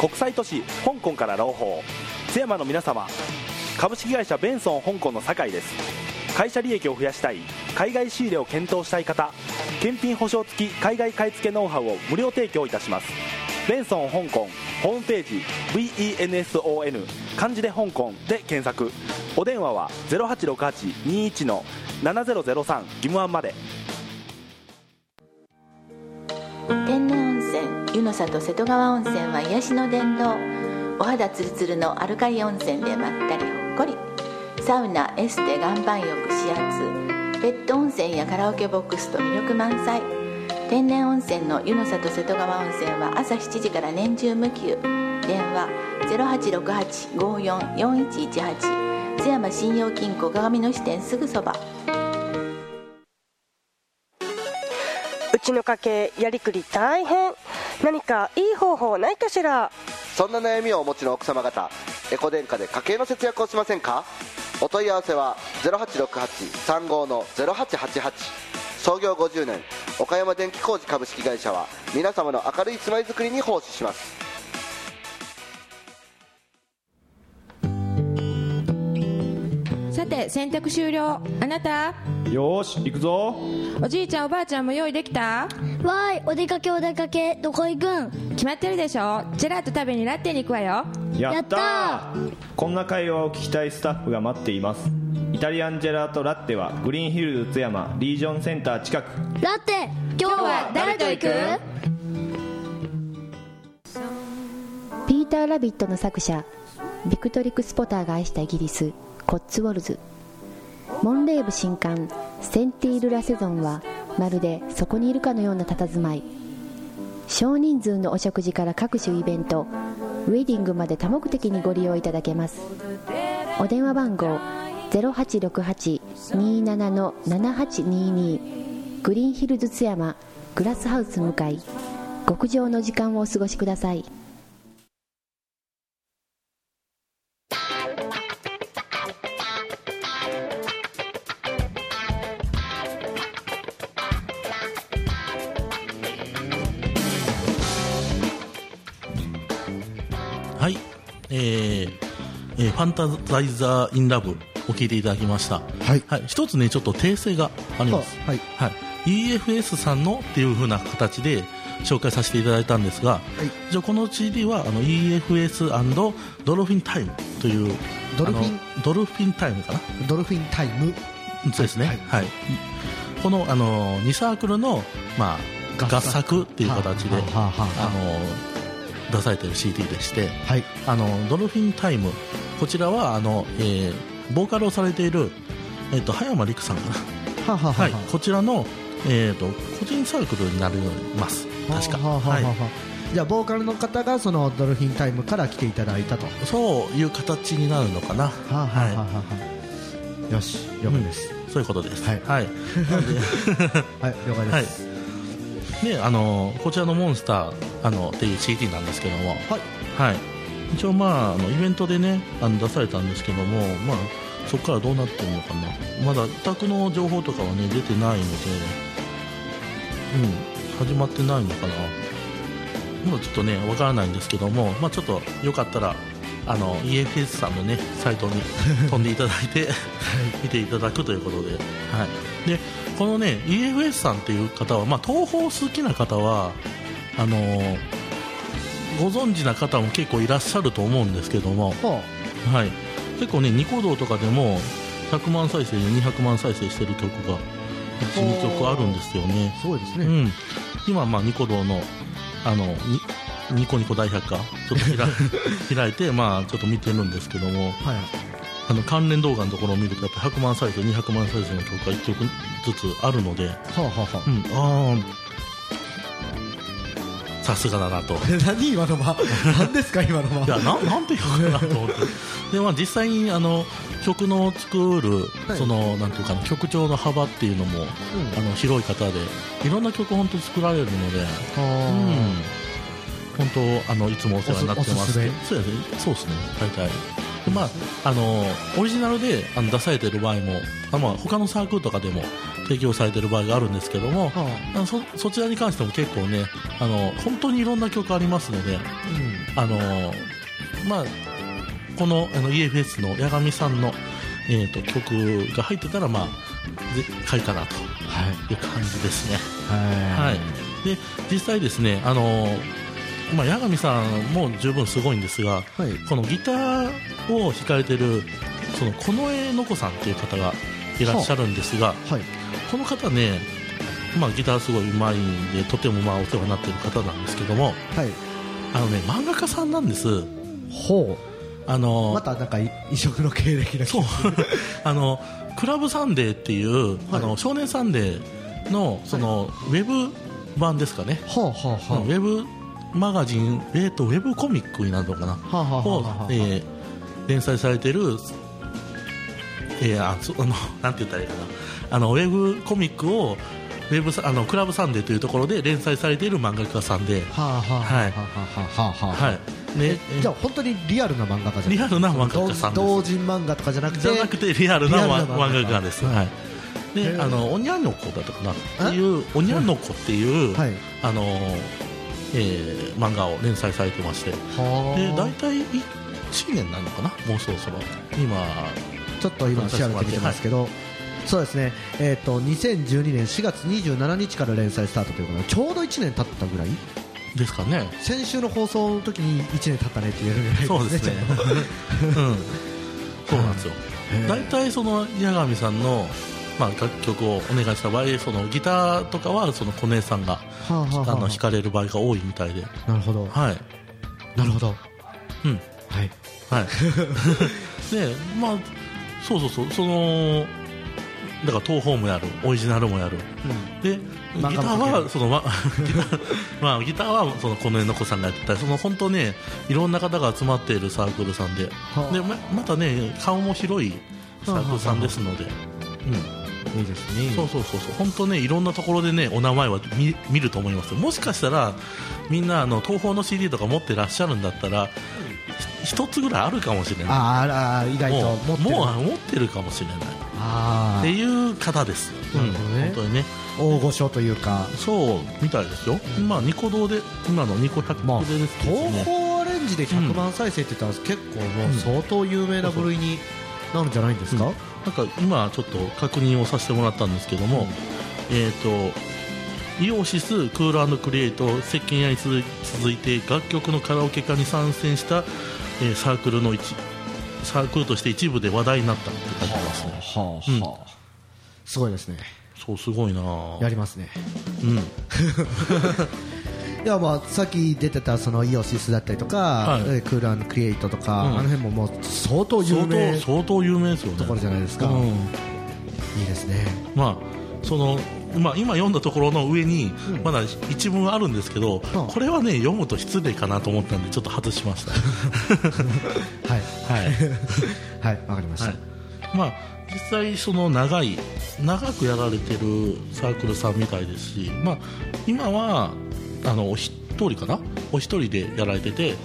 S5: 国際都市香港から朗報津山の皆様株式会社ベンソン香港の酒井です会社利益を増やしたい海外仕入れを検討したい方検品保証付き海外買い付けノウハウを無料提供いたしますベンソン香港ホームページ VENSON 漢字で香港で検索お電話は086821の7003義務案まで
S6: 天然温泉湯の里瀬戸川温泉は癒しの殿堂お肌ツルツルのアルカリ温泉でまったりほっこりサウナエステ岩盤浴指圧ペット温泉やカラオケボックスと魅力満載天然温泉の湯の里瀬戸川温泉は朝7時から年中無休電話0868544118津山信用金庫鏡の支店すぐそば
S7: うちの家計やりくり大変何かいい方法ないかしら
S8: そんな悩みをお持ちの奥様方エコ電化で家計の節約をしませんかお問い合わせは0868-35の0888創業50年岡山電気工事株式会社は皆様の明るい住まいづくりに奉仕します
S9: さて洗濯終了あなた
S10: よーし行くぞ
S9: おじいちゃんおばあちゃんも用意できた
S11: わーいお出かけお出かけどこ行くん
S9: 決まってるでしょジェラート食べにラッテに行くわよ
S10: やった
S11: や
S10: ーこんな会話を聞きたいスタッフが待っていますイタリアンジェラートラッテはグリーンヒルズ津山リージョンセンター近く
S11: ラテ今日は誰と行く
S12: ピーター・ラビットの作者ビクトリック・スポターが愛したイギリスコッツウォルズモンレーブ新刊「センティール・ラセゾン」はまるでそこにいるかのような佇まい少人数のお食事から各種イベントウェディングまで多目的にご利用いただけますお電話番号0868-27-7822グリーンヒルズ津山グラスハウス向かい極上の時間をお過ごしください
S2: はい、えーえーファンタザイザー・イン・ラブを聞いていただきました、
S3: はい
S2: はい、一つねちょっと訂正があります、
S3: はい
S2: はい、EFS さんのっていう風な形で紹介させていただいたんですが、一応この CD はあの EFS& ドルフィンタイムという
S3: ドルフィン
S2: あのドルフィンタイムかな
S3: ドルフィンタイム
S2: そうですね、
S3: は
S2: はいいこのあの2サークルの、まあ、合作っていう形で、
S3: はあはあはあ
S2: あの出されてる CD でして、
S3: はい
S2: あのドルフィンタイムこちらはあの、えーボーカルをされている、えっと葉山陸さんかな、
S3: はあはあ
S2: は
S3: はいあは、
S2: こちらの、えっと個人サークルになります
S3: あ
S2: 確か、
S3: はあはあはあ
S2: はい
S3: はあじゃあボーカルの方がそのドルフィンタイムから来ていただいたとは
S2: そういう形になるのかな、
S3: あはあはあは
S2: は
S3: あよし了解です、
S2: い、そういうことです、
S3: はい
S2: はい、
S3: はい了解です
S2: であのこちらの「モンスター」あのっていう CD なんですけども、
S3: はい
S2: はい、一応、まあ、あのイベントでねあの出されたんですけども、まあ、そこからどうなってるのかなまだ宅の情報とかはね出てないので、うん、始まってないのかなまだちょっとねわからないんですけども、まあ、ちょっとよかったらあの EFS さんのねサイトに飛んでいただいて見ていただくということで,、はい、でこのね EFS さんっていう方は、まあ、東宝好きな方はあのーご存知な方も結構いらっしゃると思うんですけども、
S3: ほ
S2: はい、結構ねニコ動とかでも100万再生200万再生してる曲が12曲あるんですよね
S3: うすごいです
S2: う
S3: ね、
S2: ん、今、まあ、ニコ動のあのにニコニコ大百科ちょっと開開いて、まあ、ちょっと見てるんですけども
S3: はい
S2: あの関連動画のところを見るとやっぱ100万再生200万再生の曲が1曲ずつあるので、
S3: はあはあは
S2: うん、ああさすがだなと。
S3: あ何今の (laughs) 間何ですか今の間
S2: いやななんていうかなと思ってで、まあ、実際にあの曲の作る、
S3: はい
S2: そのなんていうかな曲調の幅っていうのも、
S3: うん
S2: あの広い方でいろんな曲本当作られるので、
S3: あ
S2: 本当あのいつもお世話になってま
S3: おすお
S2: す
S3: すすめ
S2: そうやねそうですね大体でまああのオリジナルであの出されてる場合もあまあ他のサークルとかでも提供されてる場合があるんですけども
S3: ーは
S2: あ
S3: あ
S2: のそそちらに関しても結構ねあの本当にいろんな曲ありますので、
S3: うん
S2: あのまあこのあの EFS の八神さんの、えー、と曲が入ってたらまあで書いたなという感じですね。はい、で実際ですねあのまあ、八神さんも十分すごいんですが、このギターを弾かれてるその近衛の子さんという方がいらっしゃるんですが、この方ね、まあ、ギターすごい上手いんでとてもまあお世話になってる方なんですけども、あのね漫画家さんなんですほうあのまたなんか異色の経歴だそう (laughs) あのクラブサンデーっていう、あの少年サンデーのその、ウェブ版ですかね、うんウェブマガジン、えー、とウェブコミックになるのかな、
S3: あはあはあはあ
S2: を、えー連載されてる、えーあそあの (laughs) なんて言ったらいいかなあのウェブコミックをウェブさあのクラブサンデーというところで連載されている漫画家さんで、
S3: はあ
S2: はい
S3: はあはあはあはあ
S2: はいね、
S3: じゃあ本当にリアルな漫画家じゃん
S2: リアルな漫画家さんです
S3: 同人漫画とかじゃなくて
S2: じゃなくてリアルなわ漫画家です、はいい、であのおにゃんの子だったかなっていうおにゃんの子っていう、あのえー漫画を連載されてましてで
S3: はあ
S2: 大体1年なのかなもうそろそろ今
S3: ちょっと今調べてみてますけど、そうですね、えー、と2012年4月27日から連載スタートということでちょうど1年経ったぐらい
S2: ですかね
S3: 先週の放送の時に1年経ったねって言えるぐらい
S2: そうです (laughs)
S3: (laughs)
S2: ね
S3: ちょっと
S2: うん、そうなんですよ大体その八神さんの、まあ、楽曲をお願いした場合そのギターとかはその小姉さんが、
S3: あはあはあ
S2: あの弾かれる場合が多いみたいで
S3: なるほど
S2: はい
S3: なるほど
S2: うん
S3: はい (laughs)
S2: はいでまあそうそうそうそのだから東宝もやるオリジナルもやるでギタ
S3: 漫画
S2: ー
S3: も描け
S2: はそのま (laughs) ギターまあギターはそのこの絵の子さんがやってたりその本当ねいろんな方が集まっているサークルさんで、
S3: あ
S2: でままたね顔も広いサークルさんですので、うん
S3: いいですね
S2: そうそうそうそう本当ねいろんなところでねお名前は見見ると思いますよもしかしたらみんなあの東宝の CD とか持ってらっしゃるんだったらひ一つぐらいあるかもしれない
S3: あーあー意外と
S2: も
S3: 持っ
S2: う
S3: てる
S2: もう持ってるかもしれない
S3: あ
S2: っていう方です、
S3: なるほどね
S2: 本当にね
S3: 大御所というか
S2: そうみたいですよ、まあニコ動で今のニコ100でですけどね、
S3: 東宝アレンジで100万再生って言ったら結構もう相当有名な部類になるんじゃないんですか、
S2: なんか今ちょっと確認をさせてもらったんですけども、えっ、とイオシスクールクリエイト接近愛に続いて楽曲のカラオケ化に参戦した、えーサークルの一サークルとして一部で話題になったって書いてますね
S3: は
S2: あ、うん
S3: すごいですね
S2: そうすごいな
S3: やりますね
S2: うん
S3: いやまあさっき出てたそのイオシスだったりとか、
S2: はい
S3: えークールアンドクリエイトとか、
S2: うん
S3: あの辺ももう相当有
S2: 相当
S3: 名
S2: 相当有名ですよね
S3: ところじゃないですか、
S2: うん
S3: いいですね
S2: まあそのまあ、今読んだところの上にまだ一文あるんですけど、これはね読むと失礼かなと思ったんでちょっと外しました。
S3: はい
S2: はい
S3: (laughs) はいわかりました、
S2: はいまあ、実際その長い長くやられてるサークルさんみたいですし、まあ、今はあのお一人かなお一人でやられてて、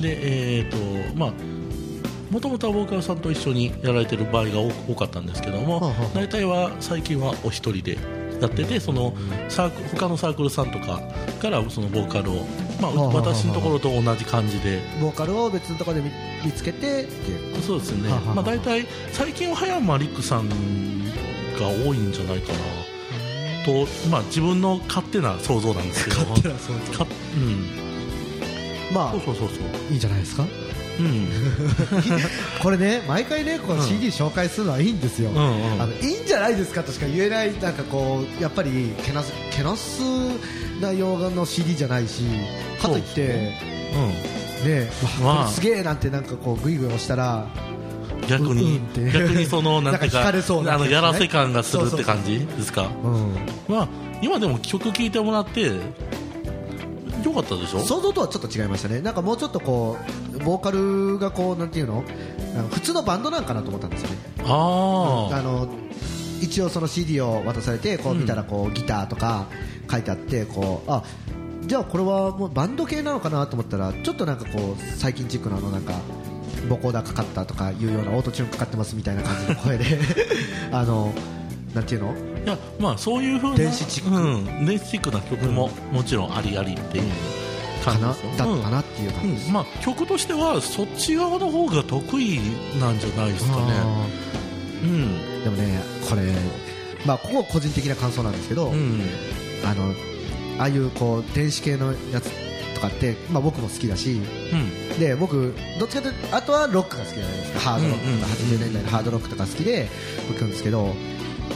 S2: でえっ、とまあもともとはボーカルさんと一緒にやられてる場合が多多かったんですけども、大体は最近はお一人でやっててそのサーク他のサークルさんとかからそのボーカルを、まあ、
S3: はあはあはあ
S2: 私のところと同じ感じで
S3: ボーカルを別のところで見見つけてっていう
S2: そうですね、
S3: はあはあはあ
S2: まあ、大体最近は葉山陸さんが多いんじゃないかなと、まあ、自分の勝手な想像なんですけど勝手
S3: な想
S2: 像うん
S3: まあ
S2: そうそうそうそう
S3: いいんじゃないですか (laughs)
S2: うん
S3: これね毎回ねこ
S2: う
S3: うん CD 紹介するのはいいんですよ、
S2: うんうん
S3: あのいいんじゃないですかとしか言えないなんかこうやっぱりけなすけなす内容の CD じゃないしかといって、
S2: ま
S3: ね
S2: あ
S3: わこれすげえなんてなんかこうグイグイ押したら
S2: 逆に、
S3: うんうんって
S2: 逆にそのなんていう
S3: なんか惹
S2: か
S3: かれそうな
S2: あのやらせ感がする
S3: そう
S2: っ
S3: そう
S2: て
S3: そう
S2: 感じですか
S3: うん
S2: まあ今でも曲聴いてもらってよかったでしょ
S3: 想像とはちょっと違いましたねなんかもうちょっとこうボーカルがこうなんていうのなんか普通のバンドなんかなと思ったんですよね
S2: あ
S3: あの一応その CD を渡されてこう見たらこうギターとか書いてあってこうあじゃあこれはもうバンド系なのかなと思ったらちょっとなんかこう最近チックなあのなんかボコーダーかかったとかいうようなオートチューンかかってますみたいな感じの声 (laughs) であのなんていうの
S2: いやまあそういう風な電子チック、うん、電子チックな曲ももちろんありありっていう
S3: かな
S2: 感
S3: だっ
S2: じです
S3: た
S2: よ
S3: かなっていう感じ
S2: うんまあ、曲としてはそっち側の方が得意なんじゃないですかね。
S3: でもねこれまあここ個人的な感想なんですけど、あのああいうこう電子系のやつとかって、まあ、僕も好きだし、で僕どっちかというとあとはロックが好きじゃないですかハードロックとか、80年代のハードロックとか好きで僕なんですけど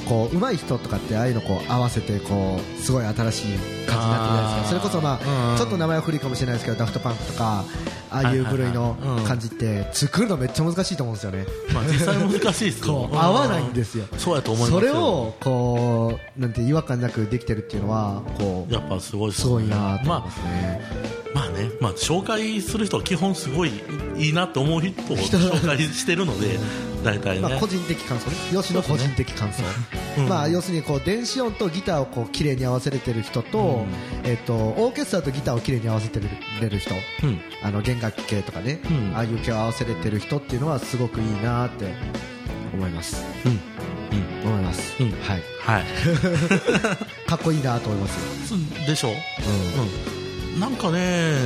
S3: こう上手い人とかってああいうのこう合わせてこうすごい新しい感じになってるじゃないですかそれこそまあ、ちょっと名前は古いかもしれないですけどダフトパンクとかああいう部類の感じって作るのめっちゃ難しいと思うんですよね。
S2: まあ、実際難しいですよ
S3: こう合わないんですよ
S2: そうやと思いますよ
S3: それをこうなんて違和感なくできてるっていうのはこう
S2: やっぱすごいです
S3: すごいなと思いますね、
S2: まあね、まあ、紹介する人は基本すごいいいなと思う人を紹介してるの (laughs) で大体ね、
S3: まあ、個人的感想ね吉野個人的感想、まあ、要するにこう電子音とギターをこう綺麗に合わせれてる人と,、えっとオーケストラとギターを綺麗に合わせてれる人、あの弦楽器系とかね、ああいう系を合わせれてる人っていうのはすごくいいなって思います、思います、はい、かっこいいなと思います
S2: でしょう、うんなんかね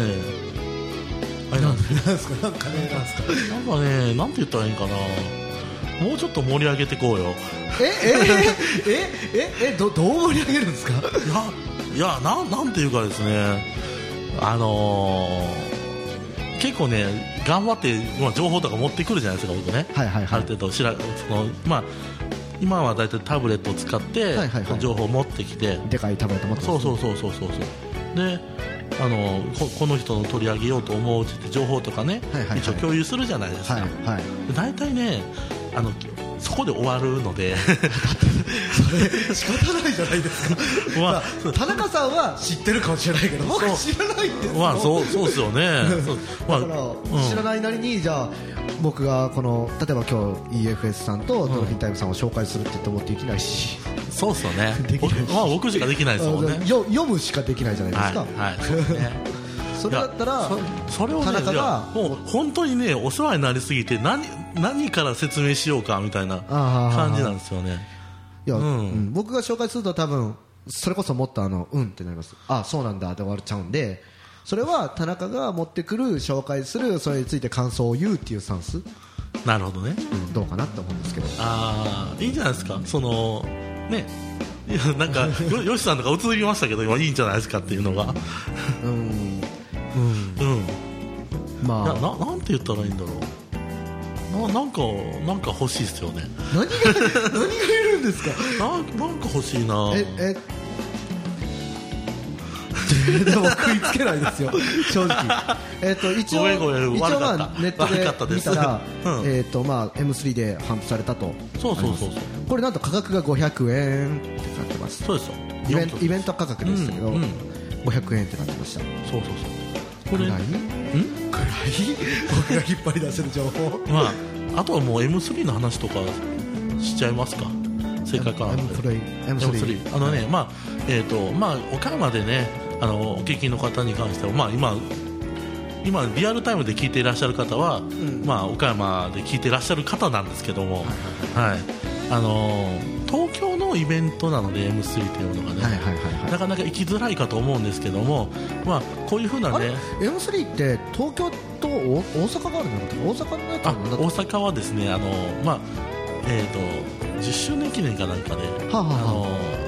S2: あれなんですかなんかねなんすかなんかねなんて言ったらいいんかなもうちょっと盛り上げてこうよ
S3: ええええええどどう盛り上げるんですか
S2: いやなんなんていうかですねあのー結構ね頑張って、まあ、情報とか持ってくるじゃないですか僕ね、ある程度しらそのまあ今は大体タブレットを使って
S3: はいはいはい
S2: 情報を持ってきて、
S3: でかいタブレット持って
S2: そうそうそうそうそうそうであのここの人の取り上げようと思うって情報とかね、
S3: はいはいはい
S2: 一応共有するじゃないですか、
S3: はい
S2: で大体ねあのそこで終わるの
S3: (laughs)
S2: で
S3: 仕方ないじゃないですか、
S2: ま
S3: あ、田中さんは知ってるかもしれないけど僕知らないんですよ、
S2: まあそうそうですよねそうまあ
S3: だから、
S2: うん
S3: 知らないなりにじゃあ僕がこの例えば今日 EFS さんとドルフィンタイムさんを紹介するって言ってもできないし、
S2: そうっすよね僕まあ僕しかできないですもんね
S3: あよ読むしかできないじゃないですか、
S2: はい、はい、そうですね
S3: それだったら
S2: そそれをね
S3: 田中
S2: いや
S3: が
S2: もう本当にねお世話になりすぎて何何から説明しようかみたいな
S3: あー
S2: 感じなんですよね
S3: いや、うん僕が紹介すると多分それこそもっとあのうんってなりますあそうなんだで終わっちゃうんでそれは田中が持ってくる紹介するそれについて感想を言うっていうスタンス
S2: なるほどね、
S3: どうかなと思うんですけど
S2: ああいいんじゃないですかそのねいやなん
S3: (laughs)
S2: かよよしさんとか映りましたけど今いいんじゃないですかっていうのが
S3: うん
S2: うん
S3: まあ
S2: いやななんて言ったらいいんだろうななんかなんか欲しいですよね
S3: 何が何がいるんですか
S2: なんなんか欲しいな
S3: ええ (laughs) でも食いつけないですよ正直えっと一
S2: ご
S3: 応
S2: めんごめん
S3: 一応
S2: 悪かった
S3: まあネット
S2: 悪かった
S3: で
S2: で
S3: 見
S2: す
S3: たら
S2: うん
S3: えっとまあ M3 で販布されたと
S2: そうそうそうそう
S3: ありますこれなんと価格が500円って書いてます
S2: そうですよ
S3: イベンイベント価格でしたけど、
S2: うんうん
S3: 500円って書いてました
S2: そうそうそうこれ
S3: ぐらい (laughs) ぐらい僕が引っ張り出せる情報
S2: まああとはもう M3 の話とかしちゃいますかせっかくなんで
S3: M3
S2: M3 あのね、まあえっ、とまあ岡山でねあのお聞きの方に関してはまあ今今リアルタイムで聞いていらっしゃる方は、まあ岡山で聞いていらっしゃる方なんですけども、はいあのー東京のイベントなので M3 というのがね、なかなか行きづらいかと思うんですけども、まあこういうふうなね、
S3: M3 って東京とお大阪があるんだよね大阪のやつ
S2: あ大阪はですねあの、まあえー、と10周年記念かなんかで、
S3: はあ
S2: あ
S3: は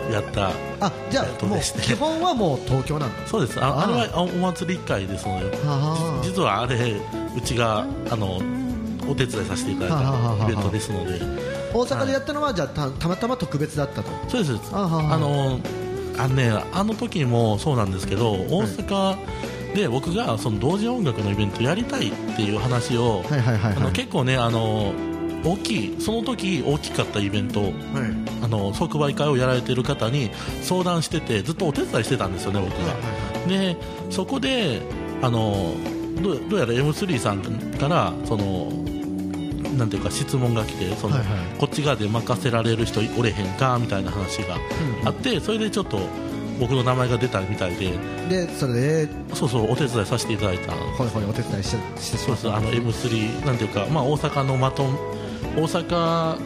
S2: のやった
S3: あじゃ
S2: えっ
S3: あ
S2: と
S3: もう
S2: ですね
S3: 基本はもう東京なんだ
S2: そうですあ
S3: あ
S2: あれはあお祭り会ですので
S3: はあ
S2: 実はあれうちがあのお手伝いさせていただい
S3: はあはあは
S2: た
S3: あ
S2: イベントですので
S3: 大阪でやったのはじゃあたたまたま特別だったと
S2: そうですそうです
S3: あはあはあ
S2: あのあのねあの時もそうなんですけど大阪で僕がその同時音楽のイベントやりたいっていう話を
S3: はいはいはい
S2: あ
S3: は
S2: の
S3: い
S2: 結構ねあの大きいその時大きかったイベント、あの即売会をやられてる方に相談しててずっとお手伝いしてたんですよね僕が、でそこであのどうどうやら M3 さんからそのなんていうか質問が来てその、
S13: はいは
S2: こっち側で任せられる人おれへんかみたいな話があってそれでちょっと僕の名前が出たみたいで
S3: でそれで
S2: そうそうお手伝いさせていただいた
S3: ほいほいお手伝いしてしてし
S2: そうそうあの M3 なんていうか、まあ、大阪のまと大阪、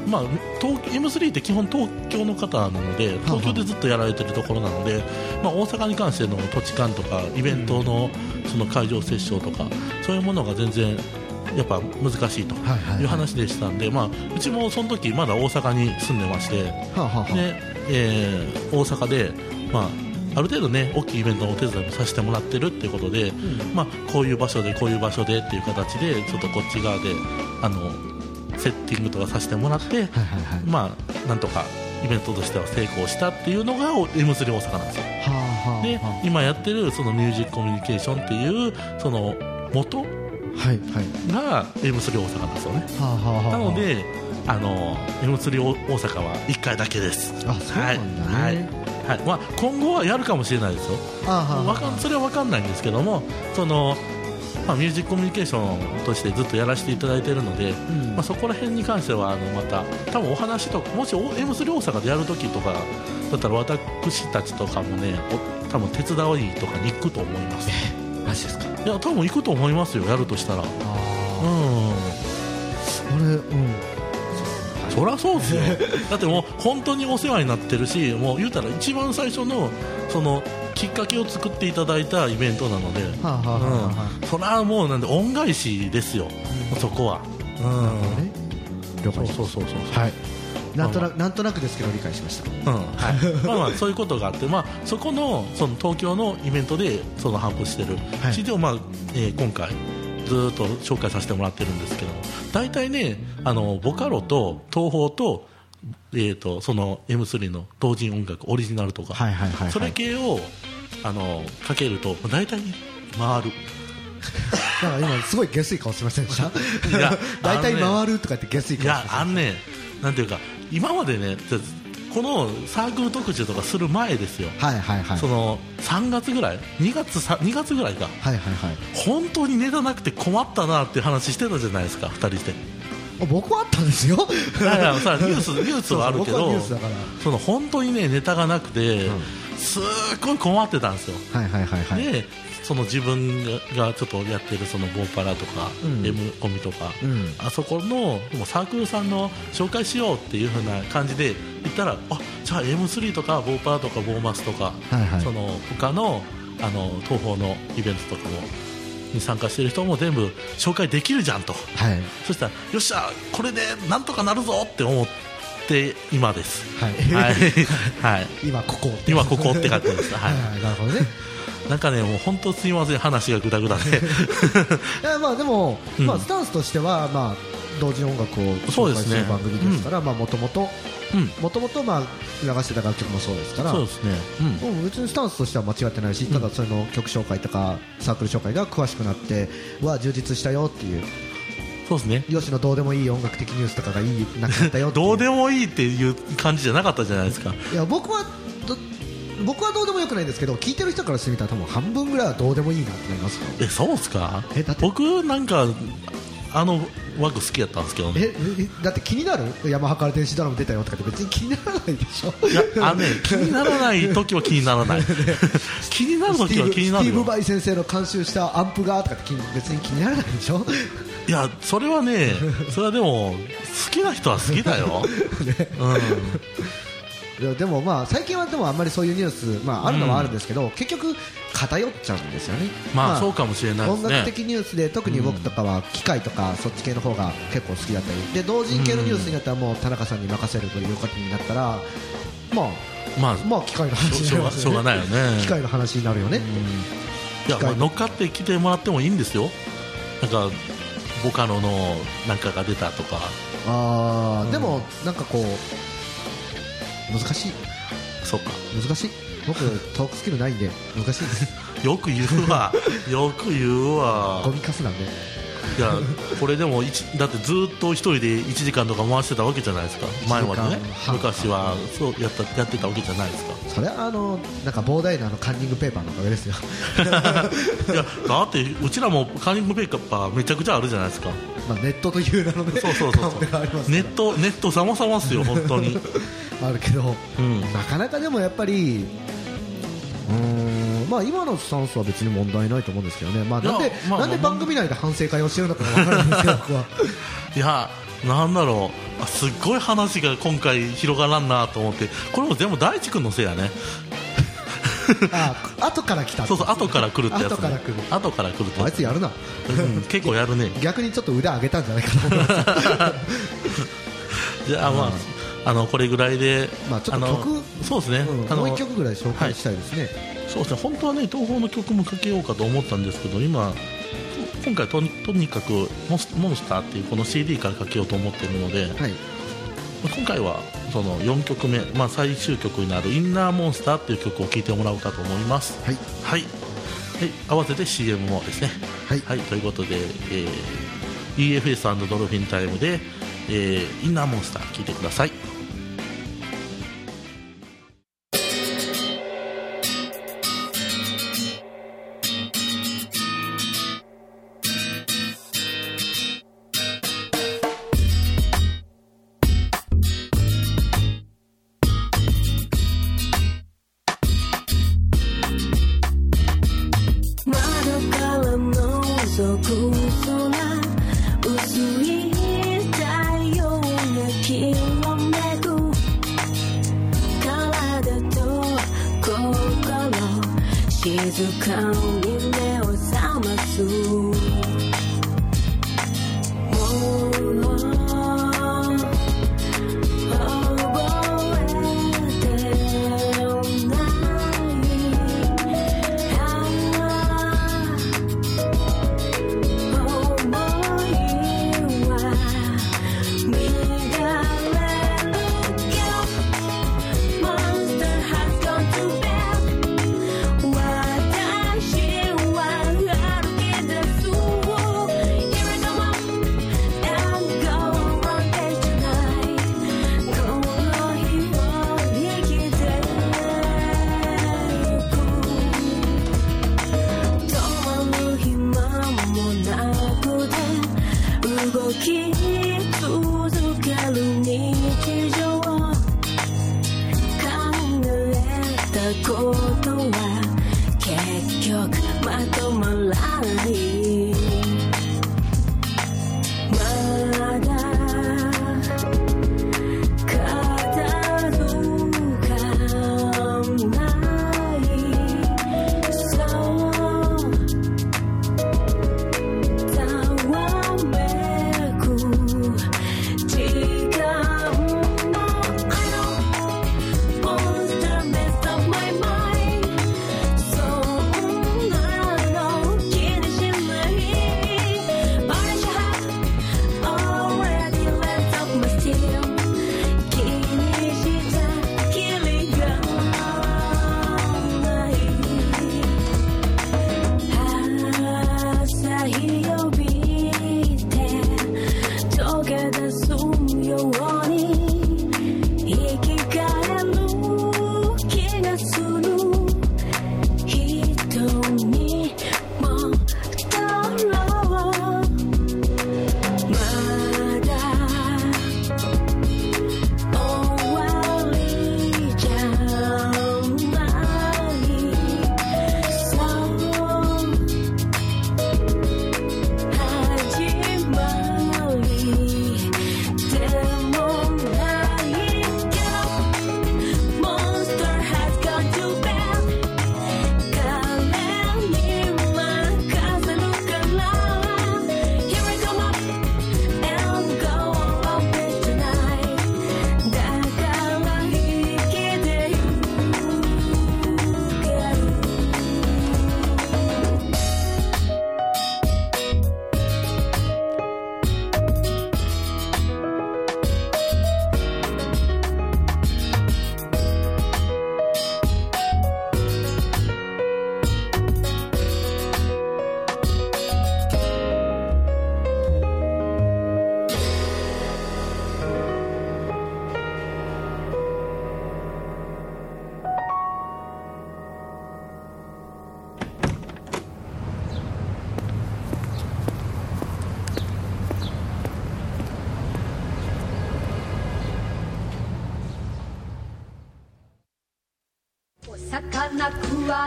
S2: まあ、東 M3 って基本東京の方なので東京でずっとやられてるところなので、まあ、大阪に関しての土地勘とかイベントのその会場接触とかそういうものが全然やっぱ難しいという話でしたんで、まあ、うちもその時まだ大阪に住んでまして、でえー大阪で、まあ、ある程度ね大きいイベントのお手伝いもさせてもらってるっていうことで、まあ、こういう場所でこういう場所でっていう形でちょっとこっち側であのセッティングとかさせてもらって、まあ、なんとかイベントとしては成功したっていうのが M3 大阪なんですよ。で今やってるそのミュージックコミュニケーションっていうその元
S3: はいはい
S2: が M3 大阪なんですよね、
S3: はあはあは
S2: な
S3: あ
S2: のであの M3 大阪は1回だけですあそうなんだね、はいはいまあ、今後はやるかもしれないですよ
S3: あはあはあ
S2: わかんそれは分かんないんですけどもその、まあ、ミュージックコミュニケーションとしてずっとやらせていただいているので、
S3: ん
S2: まあ、そこら辺に関してはあのまた多分お話とかもしお M3 大阪でやる時とかだったら私たちとかもねお多分手伝いとかに行くと思います
S3: マジですか
S2: いや多分行くと思いますよやるとしたら
S3: 俺うん
S2: そりゃそうですよだってもう本当にお世話になってるしもう言うたら一番最初のそのきっかけを作っていただいたイベントなので、
S3: はあはあはあは
S2: うん、そりゃもうなんで恩返しですよ、そこは、うん、そうそうそうそう
S3: はいなんとなくなんとなくですけど理解しました
S2: うん (laughs) はい、まあまあそういうことがあって、まあ、そこのその東京のイベントでその反復してる CD を、まあえー今回ずーっと紹介させてもらってるんですけど大体ねあのボカロと東宝と,、えー、とその M3 の同人音楽オリジナルとか、
S3: はい
S2: それ系をあのかけると大体回る。
S3: なんか今すごい下水顔しませんでした
S2: い
S3: (laughs)
S2: や
S3: 大体
S2: あのね
S3: 回るとか言って下水
S2: い
S3: 顔
S2: やあんねなんていうか今までねちょこのサークル特集とかする前ですよ、
S3: はいはいはい
S2: その3月ぐらい2月さ2月ぐらいか
S3: はいはいはい
S2: 本当にネタなくて困ったなっていう話してたじゃないですか2人で
S3: あ僕はあったんですよ
S2: いやいやさニュー
S3: (laughs)
S2: スニュースはあるけど
S3: そうそう僕はニュースだから
S2: その本当にねネタがなくて、すっごい困ってたんですよ
S3: はいはいはいはい
S2: でその自分がちょっとやってるそのボーパラとか、
S3: うん
S2: M コミとか、
S3: うん
S2: あそこのでもサークルさんの紹介しようっていう風な感じで言ったらあじゃあ M3 とかボーパラとかボーマスとか、
S3: はいはい
S2: その他のあの東宝のイベントとかもに参加してる人も全部紹介できるじゃんと
S3: はい
S2: そしたらよっしゃこれでなんとかなるぞって思って今です
S3: はい
S2: はい、はい
S3: 今ここ
S2: 今ここって書いてますはい
S3: はいなるほどね
S2: なんかね、もう本当すみません、話がぐだぐ
S3: (laughs)
S2: だで、
S3: いやまあでも、
S2: うん
S3: まあ、スタンスとしては、まあ、同時音楽を
S2: そう
S3: 紹
S2: で
S3: 介
S2: す
S3: す
S2: ね
S3: る番組ですからもともと
S2: うん
S3: もともと流してた楽曲もそうですから
S2: そうですね、うん
S3: うん、別にスタンスとしては間違ってないし、ただその曲紹介とかサークル紹介が詳しくなっては充実したよっていう
S2: そうですね、
S3: 吉野どうでもいい音楽的ニュースとかがいいなくなったよっていう
S2: (laughs) どうでもいいっていう感じじゃなかったじゃないですか、
S3: いや僕はど僕はどうでもよくないんですけど聞いてる人からしてみたら多分半分ぐらいはどうでもいいなってなりますよ
S2: え、そうっすか
S3: えだっ、て
S2: 僕なんか、あの枠好きやったんですけどね、
S3: ええだって気になるヤマハから電子ドラム出たよとかって別に気にならないでしょ
S2: いや、あのね、気にならない時は気になら
S3: (laughs)
S2: ない、気になる
S3: ステ
S2: 時
S3: ィー
S2: は
S3: ブ
S2: 気になる
S3: スティーブ・
S2: よ、
S3: バイ先生の監修したアンプがとかって気に別に気にならないでしょ
S2: いや、それはね、それはでも、好きな人は好きだ
S3: (laughs)
S2: よ、うん。
S3: いやでもまあ最近はでもあんまりそういうニュース、まあ、あるのはあるんですけど、結局偏っちゃうんですよね、
S2: まあそうかもしれないですね
S3: 音楽的ニュースで特に僕とかは機械とかそっち系の方が結構好きだったりで同人系のニュースになったらもう田中さんに任せるということになったらまあ
S2: まあ
S3: まあ機械の話になります
S2: しょう
S3: よ
S2: がないよね
S3: (laughs) 機械の話になるよね、
S2: いや、まあ、乗っかってきてもらってもいいんですよなんかボカロのなんかが出たとか
S3: あーでもなんかこう難しい
S2: そうか
S3: 難しい僕トークスキルないんで難しいです
S2: よく言う
S3: (laughs)
S2: わよく言うわ
S3: ゴミカスなんで
S2: いやこれでも一だってずっと一人で1時間とか回してたわけじゃないですか前までね
S3: 一時間半
S2: 昔はそうやったやってたわけじゃないですか
S3: それはあのなんか膨大なあのカンニングペーパーのおかげですよ
S2: いやだってうちらもカーニングペーパーめちゃくちゃあるじゃないですか
S3: まあネットという名
S2: (laughs)
S3: のね
S2: そうそうそうそう
S3: カンペ (laughs) があります
S2: ネットネット様々っすよ本当に
S3: あるけど、
S2: うん
S3: なかなかでもやっぱりうーんまあ今のスタンスは別に問題ないと思うんですけどね、まあ、
S2: いや
S3: なんで
S2: まあ
S3: なんで番組内で反省会をしてるのかが分からないんですけど僕は
S2: いやなんだろうあすっごい話が今回広がらんなと思ってこれも全部大地君のせいやね
S3: 後から来た
S2: そうそう後から来るってやつ、ね、
S3: 後から来る
S2: 後から来るってやつ
S3: あいつやるな、
S2: うん結構やるね
S3: 逆にちょっと腕上げたんじゃないかな
S2: じゃあまあ、あのこれぐらいで、
S3: まあちょっと曲
S2: あのそうですね、
S3: うん
S2: あの
S3: もう一曲ぐらい紹介したいですね、
S2: そうですね本当はね東宝の曲もかけようかと思ったんですけど今今回とにとにかくモス「モンスター」っていうこの CD からかけようと思ってるので、まあ今回はその4曲目、まあ、最終曲になる「インナーモンスター」っていう曲を聴いてもらおうかと思います
S3: はい、
S2: はいで合わせて CM もですねはい、ということで、えー EFS& ドルフィンタイムで、えーインナーモンスター」聴いてください
S13: 窓から覗く空薄い太陽がきらめく体と心静かに目を覚ます覚えてない止まる暇もなくて動き続ける日常考えたことは結局まとまらないまだ片付かないそう「ざわめく時間のあのモンスターメストマイマイ」「そんなの気にしない」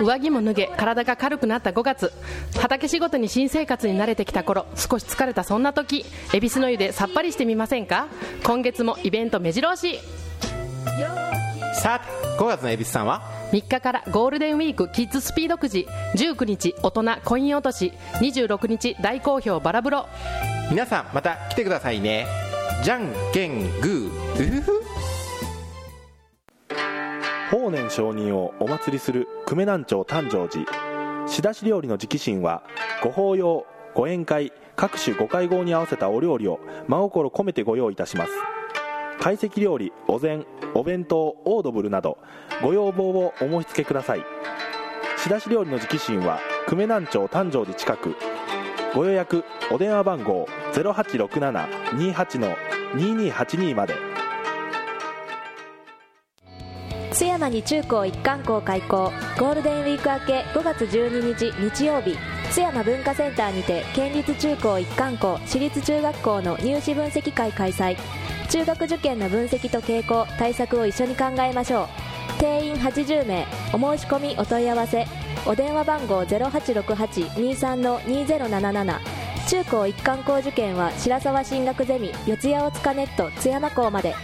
S14: 上着も脱げ体が軽くなった5月畑仕事に新生活に慣れてきた頃少し疲れたそんな時恵比寿の湯でさっぱりしてみませんか今月もイベント目白押し
S15: さあ5月の恵比寿さんは
S14: 3日からゴールデンウィークキッズスピードくじ19日大人コイン落とし26日大好評バラ風呂
S15: 皆さんまた来てくださいねじゃんけんグーうふふ
S16: 法然上人をお祭りする久米南町誕生寺仕出し料理の直進はご法要ご宴会各種ご会合に合わせたお料理を真心込めてご用意いたします懐石料理お膳お弁当オードブルなどご要望をお申し付けください仕出し料理の直進は久米南町誕生寺近くご予約お電話番号0867-28-2282まで
S13: 津山に中高一貫校開校ゴールデンウィーク明け5月12日日曜日津山文化センターにて県立中高一貫校私立中学校の入試分析会開催中学受験の分析と傾向対策を一緒に考えましょう定員80名お申し込みお問い合わせお電話番号0868-23-2077中高一貫校受験は白沢進学ゼミ四谷大塚ネット津山校まで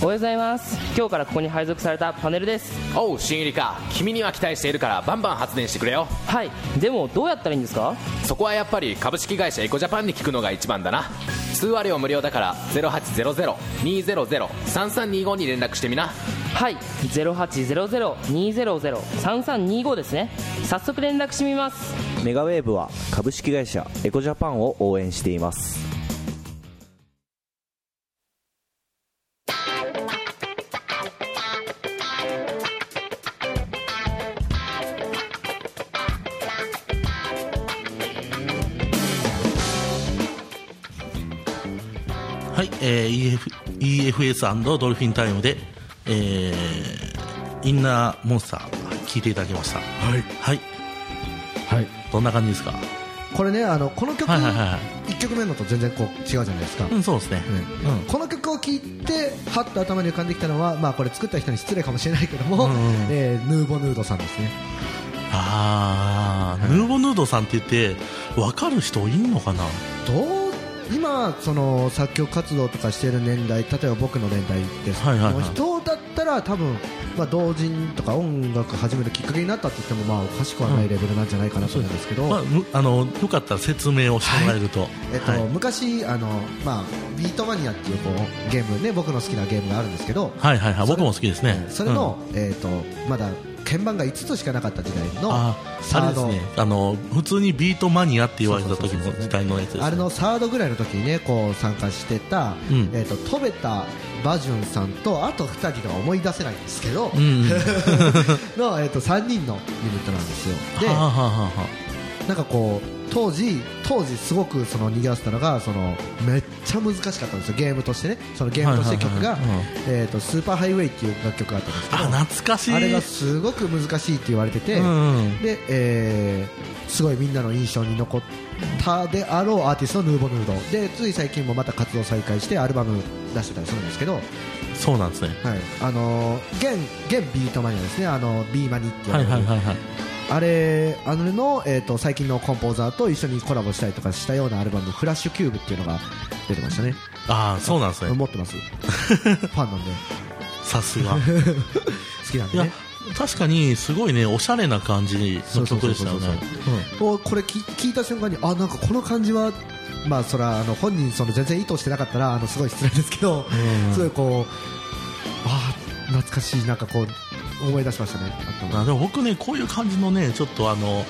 S4: おはようございます今日からここに配属されたパネルです
S5: おう新入りか君には期待しているからバンバン発電してくれよ
S4: はいでもどうやったらいいんですか
S5: そこはやっぱり株式会社エコジャパンに聞くのが一番だな通話料無料だから0800-200-3325に連絡してみな
S4: はい0800-200-3325ですね早速連絡してみます
S17: メガウェーブは株式会社エコジャパンを応援しています
S2: はい、えー、EF EFS& ドルフィンタイムで、えー、インナーモンスター聞いていただきましたはいはい、どんな感じですか
S3: これねあのこの曲、
S2: はいはいはいは
S3: 1曲目のと全然こう違うじゃないですか、
S2: うんそうですねうん、
S3: この曲を聴いてはっと頭に浮かんできたのは、まあ、これ作った人に失礼かもしれないけども、
S2: うんうん
S3: えーヌーボヌードさんですね
S2: あーヌーボヌードさんって言って分かる人いんのかな
S3: どう今その作曲活動とかしてる年代例えば僕の年代です、
S2: はいはいはい
S3: の人だったら多分、まあ、同人とか音楽始めるきっかけになったって言ってもまあおかしくはないレベルなんじゃないかなと思うんですけど、
S2: まあ、むあのよかったら説明をしてもらえると、
S3: えっと
S2: はい
S3: 昔あの、まあ、ビートマニアっていうこうゲームね僕の好きなゲームがあるんですけど
S2: はいはいはい僕も好きですね
S3: それの、えっとまだ鍵盤が5つしかなかった時代の
S2: あ
S3: サ
S2: あれ
S3: ー
S2: です
S3: ド
S2: ねあの普通にビートマニアって言われた時の時代のやつです
S3: あれのサードぐらいの時にねこう参加してた、
S2: うん
S3: えっと飛べたバジュンさんとあと2人が思い出せないんですけど、
S2: うん
S3: (laughs) の、えっと3人のユニットなんですよで
S2: はあはあはあは
S3: なんかこう当時当時すごくその賑わせたのがそのめっちゃ難しかったんですよゲームとしてねそのゲームとして曲が
S2: はいはいはいはい
S3: 「えーとスーパーハイウェイ」っていう楽曲があったんですけど
S2: あ懐かしい
S3: あれがすごく難しいって言われてて、
S2: うんうん
S3: で、えーすごいみんなの印象に残ったであろうアーティストのヌーボヌードでつい最近もまた活動再開してアルバム出してたりするんですけど、
S2: そうなんですね
S3: はい、あのー現現ビートマニアですねあのビーマニっていう、
S2: はいはいはいはい
S3: あれあれの、えー、と最近のコンポーザーと一緒にコラボしたりとかしたようなアルバム「フラッシュキューブ」っていうのが出てましたね
S2: ああそうなんですね
S3: 持
S2: (laughs)
S3: ってますファンなんで
S2: さす
S3: (laughs)
S2: が
S3: 好きなん
S2: い
S3: で
S2: や
S3: ね
S2: 確かにすごいねおしゃれな感じの曲でしたよ
S3: そう
S2: ね
S3: そうそうそうおこれ聞聞いた瞬間にあなんかこの感じはまあそらあの本人その全然意図してなかったらあのすごい失礼ですけど、
S2: うん
S3: すごいこうあー懐かしいなんかこう思い出しましたね
S2: あでも僕ねこういう感じのねちょっとあの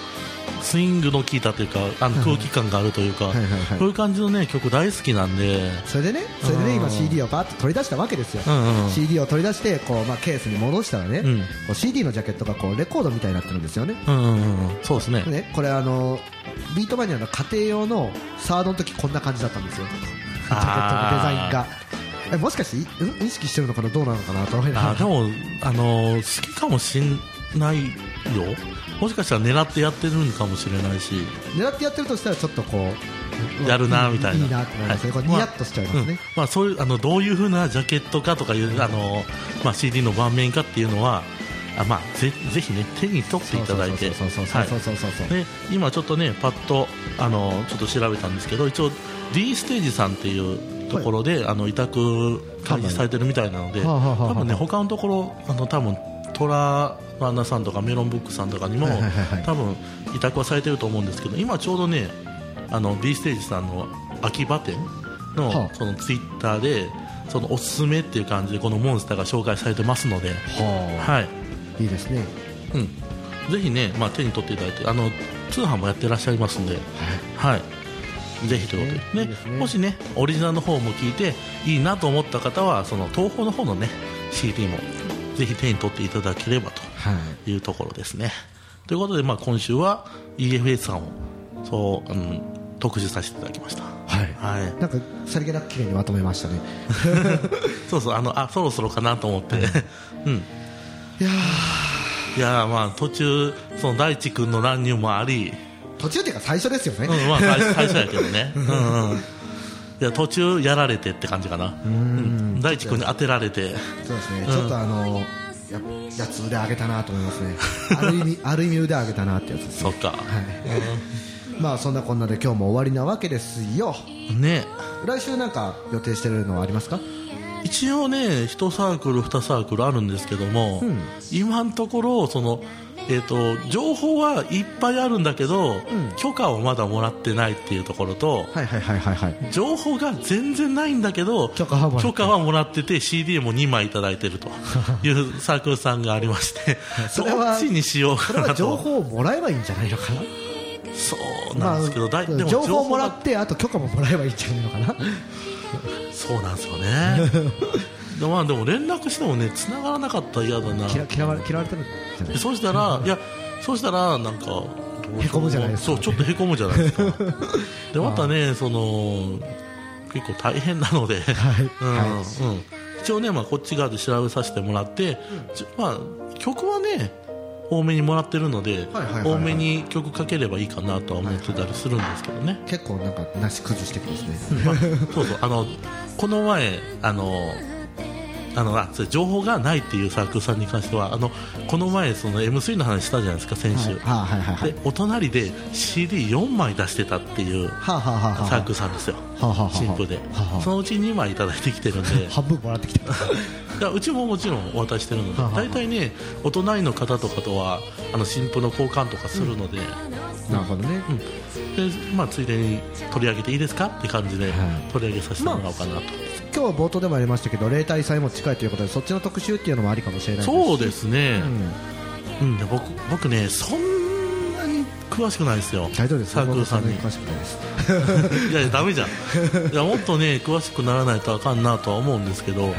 S2: スイングの効いたというかあの空気感があるというか、
S3: はいはいはい
S2: こういう感じのね曲大好きなんで
S3: それでねそれでね今 CD をバーッと取り出したわけですよ、
S2: うんうん
S3: CD を取り出してこう、まあ、ケースに戻したらね、こう CD のジャケットがこうレコードみたいになってるんですよね、
S2: うんうんうんそうですね
S3: ねこれあのビートマニアの家庭用のサードの時こんな感じだったんですよジャケットのデザインがえもしかしていん意識してるのかなどうなのかなと思いなが
S2: あ
S3: ら
S2: でもあの好きかもしんないよもしかしたら狙ってやってるんかもしれないし
S3: 狙ってやってるとしたらちょっとこう
S2: やるなみたいな。
S3: いいなって思いますねこれニヤっとしちゃいますね
S2: うんまあそういうあのどういう風なジャケットかとかいうあのまあ CD の盤面かっていうのは。あまあ、ぜぜひね手に取っていただいて
S3: そうそうそう
S2: はい
S3: そうそうそうそう
S2: で今ちょっとねパッとあのちょっと調べたんですけど一応 D ステージさんっていうところで、あの委託開示されてるみたいなので、
S3: はあはあはあはあ
S2: 多分ね他のところあの多分トラバナさんとかメロンブックさんとかにも、
S3: はいはいはいはい
S2: 多分委託はされてると思うんですけど今ちょうどねあの D ステージさんの秋葉店の,、
S3: はあ
S2: そのツイッターでそのおすすめっていう感じでこのモンスターが紹介されてますので、
S3: はあ
S2: はい、
S3: いいですね
S2: うん、ぜひね、まあ、手に取っていただいてあの通販もやってらっしゃいますんで、はい、ぜひということで,、ねもしねオリジナルの方も聞いていいなと思った方はその東宝の方のね CD もぜひ手に取っていただければというところですね。ということで、まあ、今週は EFS さんをそう、うん、特集させていただきました。はい、はい
S3: なんかさりげなく綺麗にまとめましたね
S2: そうそうあのあそろそろかなと思って、 (laughs) うん、い
S3: や
S2: やーまあ途中その大地君の乱入もあり、
S3: 途中っていうか最初ですよね、
S2: うんまあ、最最初やけどね、うんうん、いや途中やられてって感じかな、うん大地君に当てられて
S3: そうですね、
S2: うん
S3: ちょっとあのややつ腕上げたなと思いますねある意味ある意味腕上げたなってやつです
S2: そっか、
S3: まあそんなこんなで今日も終わりなわけですよ
S2: ね
S3: 来週なんか予定してるのはありますか
S2: 一応ね1サークル2サークルあるんですけども、
S3: うん
S2: 今のところその、えー、と情報はいっぱいあるんだけど、許可をまだもらってないっていうところと、
S3: はいはいはいはいはい
S2: 情報が全然ないんだけど許可はもらってて CD も2枚いただいてるというサークルさんがありまして
S3: それは
S2: どっちにしよう
S3: そ
S2: か
S3: れは
S2: な
S3: 情
S2: と
S3: 報をもらえばいいんじゃないのかな
S2: そうなんですけど、だいでも
S3: 情報を
S2: が
S3: もらってあと許可ももらえばいいんじゃないのかな
S2: そうなんですよね
S3: (laughs)
S2: でまあでも連絡してもね繋がらなかったら嫌だな
S3: 嫌嫌われ嫌われてる
S2: でそうしたら、いや、そうしたら、なんか、どう
S3: へこむじゃないですか
S2: そう、ちょっとへこむじゃないですか。
S3: (laughs)
S2: で、またね、その、結構大変なので、うんうん一応ね、まあ、こっち側で調べさせてもらって、ちょまあ、曲はね、多めにもらってるので、
S3: はいはいはい
S2: 多めに曲かければいいかなとは思ってたりするんですけどね。
S3: 結構なんかなし崩してきますね
S2: まあそうそう、あの、この前、あの、あのあそれ情報がないっていうサークルさんに関してはあのこの前その M3 の話したじゃないですか先週、
S3: はあはいはいはい
S2: でお隣で CD4 枚出してたっていう
S3: はあはあはあはあ
S2: サークルさんですよ
S3: はあはあはあ
S2: 新婦でそのうち2枚いただいてきてるんで
S3: 半分もらってきた
S2: いやうちももちろんお渡ししてるので大体ねお隣の方とかとはあの新婦の交換とかするので、
S3: なるほどね、
S2: でまあ、ついでに取り上げていいですかって感じで取り上げさせてもらおうかなと、
S3: 今日は冒頭でもありましたけど例大祭も近いということでそっちの特集っていうのもありかもしれないです
S2: そうですね、うんで僕僕ねそんなに詳しくないですよ
S3: 大丈夫です
S2: サークルさんに
S3: 僕もそんなに詳し
S2: いやいやダメじゃんいやもっとね詳しくならないとあかんなとは思うんですけど、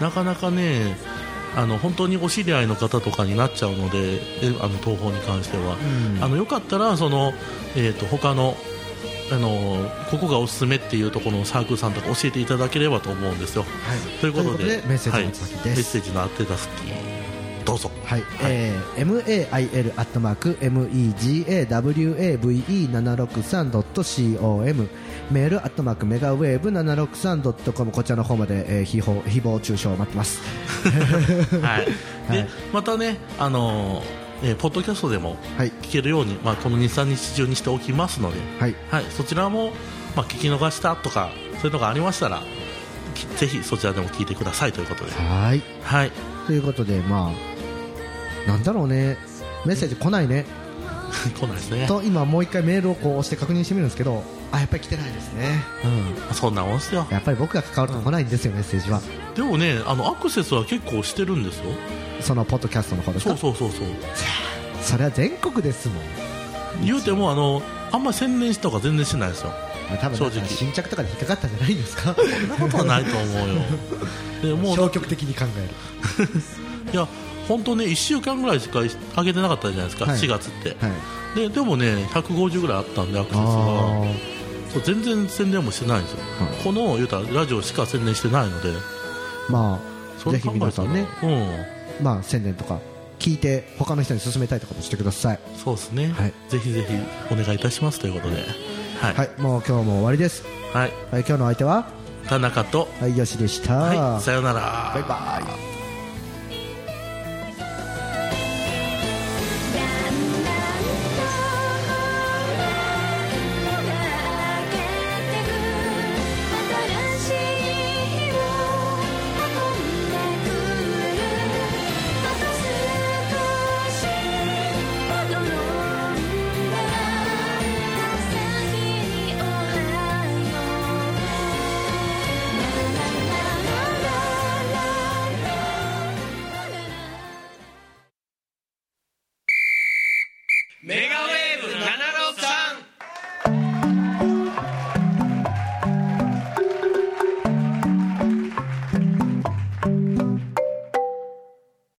S2: なかなかねあの本当にお知り合いの方とかになっちゃうのでえあの東宝に関しては、
S3: うん
S2: あのよかったらその、えー、と他のあのここがおすすめっていうところのサークルさんとか教えていただければと思うんですよ。ということで
S3: ということでメッセージの宛先です
S2: はい、メッセージの宛先どうぞ。
S3: はい、えー mail アットマーク megawave763.com メールアットマークメガウェーブ 763.com こちらの方まで、えー、誹謗誹謗中傷を待ってます
S2: はい、で、またね、あのーえーポッドキャストでも聞けるように、まあ、この23日中にしておきますので、
S3: はい
S2: そちらも、まあ、聞き逃したとかそういうのがありましたらきぜひそちらでも聞いてくださいということで
S3: はい
S2: はい (laughs)
S3: ということでまあなんだろうねメッセージ来ないね
S2: 来ないですね
S3: と今もう一回メールをこう押して確認してみるんですけどあやっぱり来てないですね
S2: うん、そんなもんすよ
S3: やっぱり僕が関わると来ないんですよ、メッセージは
S2: でもねあのアクセスは結構してるんですよ
S3: そのポッドキャストの方です
S2: そ
S3: か
S2: うそうそうそう
S3: それは全国ですもん
S2: 言うてもあのあんまり宣伝したとか全然してないですよ
S3: 多分
S2: 正直
S3: 新着とかで引っかかったんじゃないんです
S2: (laughs)
S3: か
S2: そんなことはないと思
S3: (laughs)
S2: うよでもう
S3: 消極的に考える
S2: いや本当ね1週間ぐらいしか上げてなかったじゃないですか、
S3: はい
S2: 4月って、
S3: はい
S2: ででもね150ぐらいあったんでアクセスがそう全然宣伝もしてないんですよ、この言うたらラジオしか宣伝してないので
S3: ま
S2: そ
S3: あ
S2: れ
S3: ぜひ皆さんね
S2: 考えたらうん
S3: まあ宣伝とか聞いて他の人に勧めたいとかもしてください
S2: そうですね、ぜひぜひお願いいたしますということで、
S3: はい、もう今日も終わりです
S2: はい、
S3: 今日の相手は
S2: 田中と
S3: はいよしでした、
S2: はいさよなら
S3: バイバイ
S13: 新しい日を運んでくるあと少しまどろんだ先におはようラララララララ
S18: メガ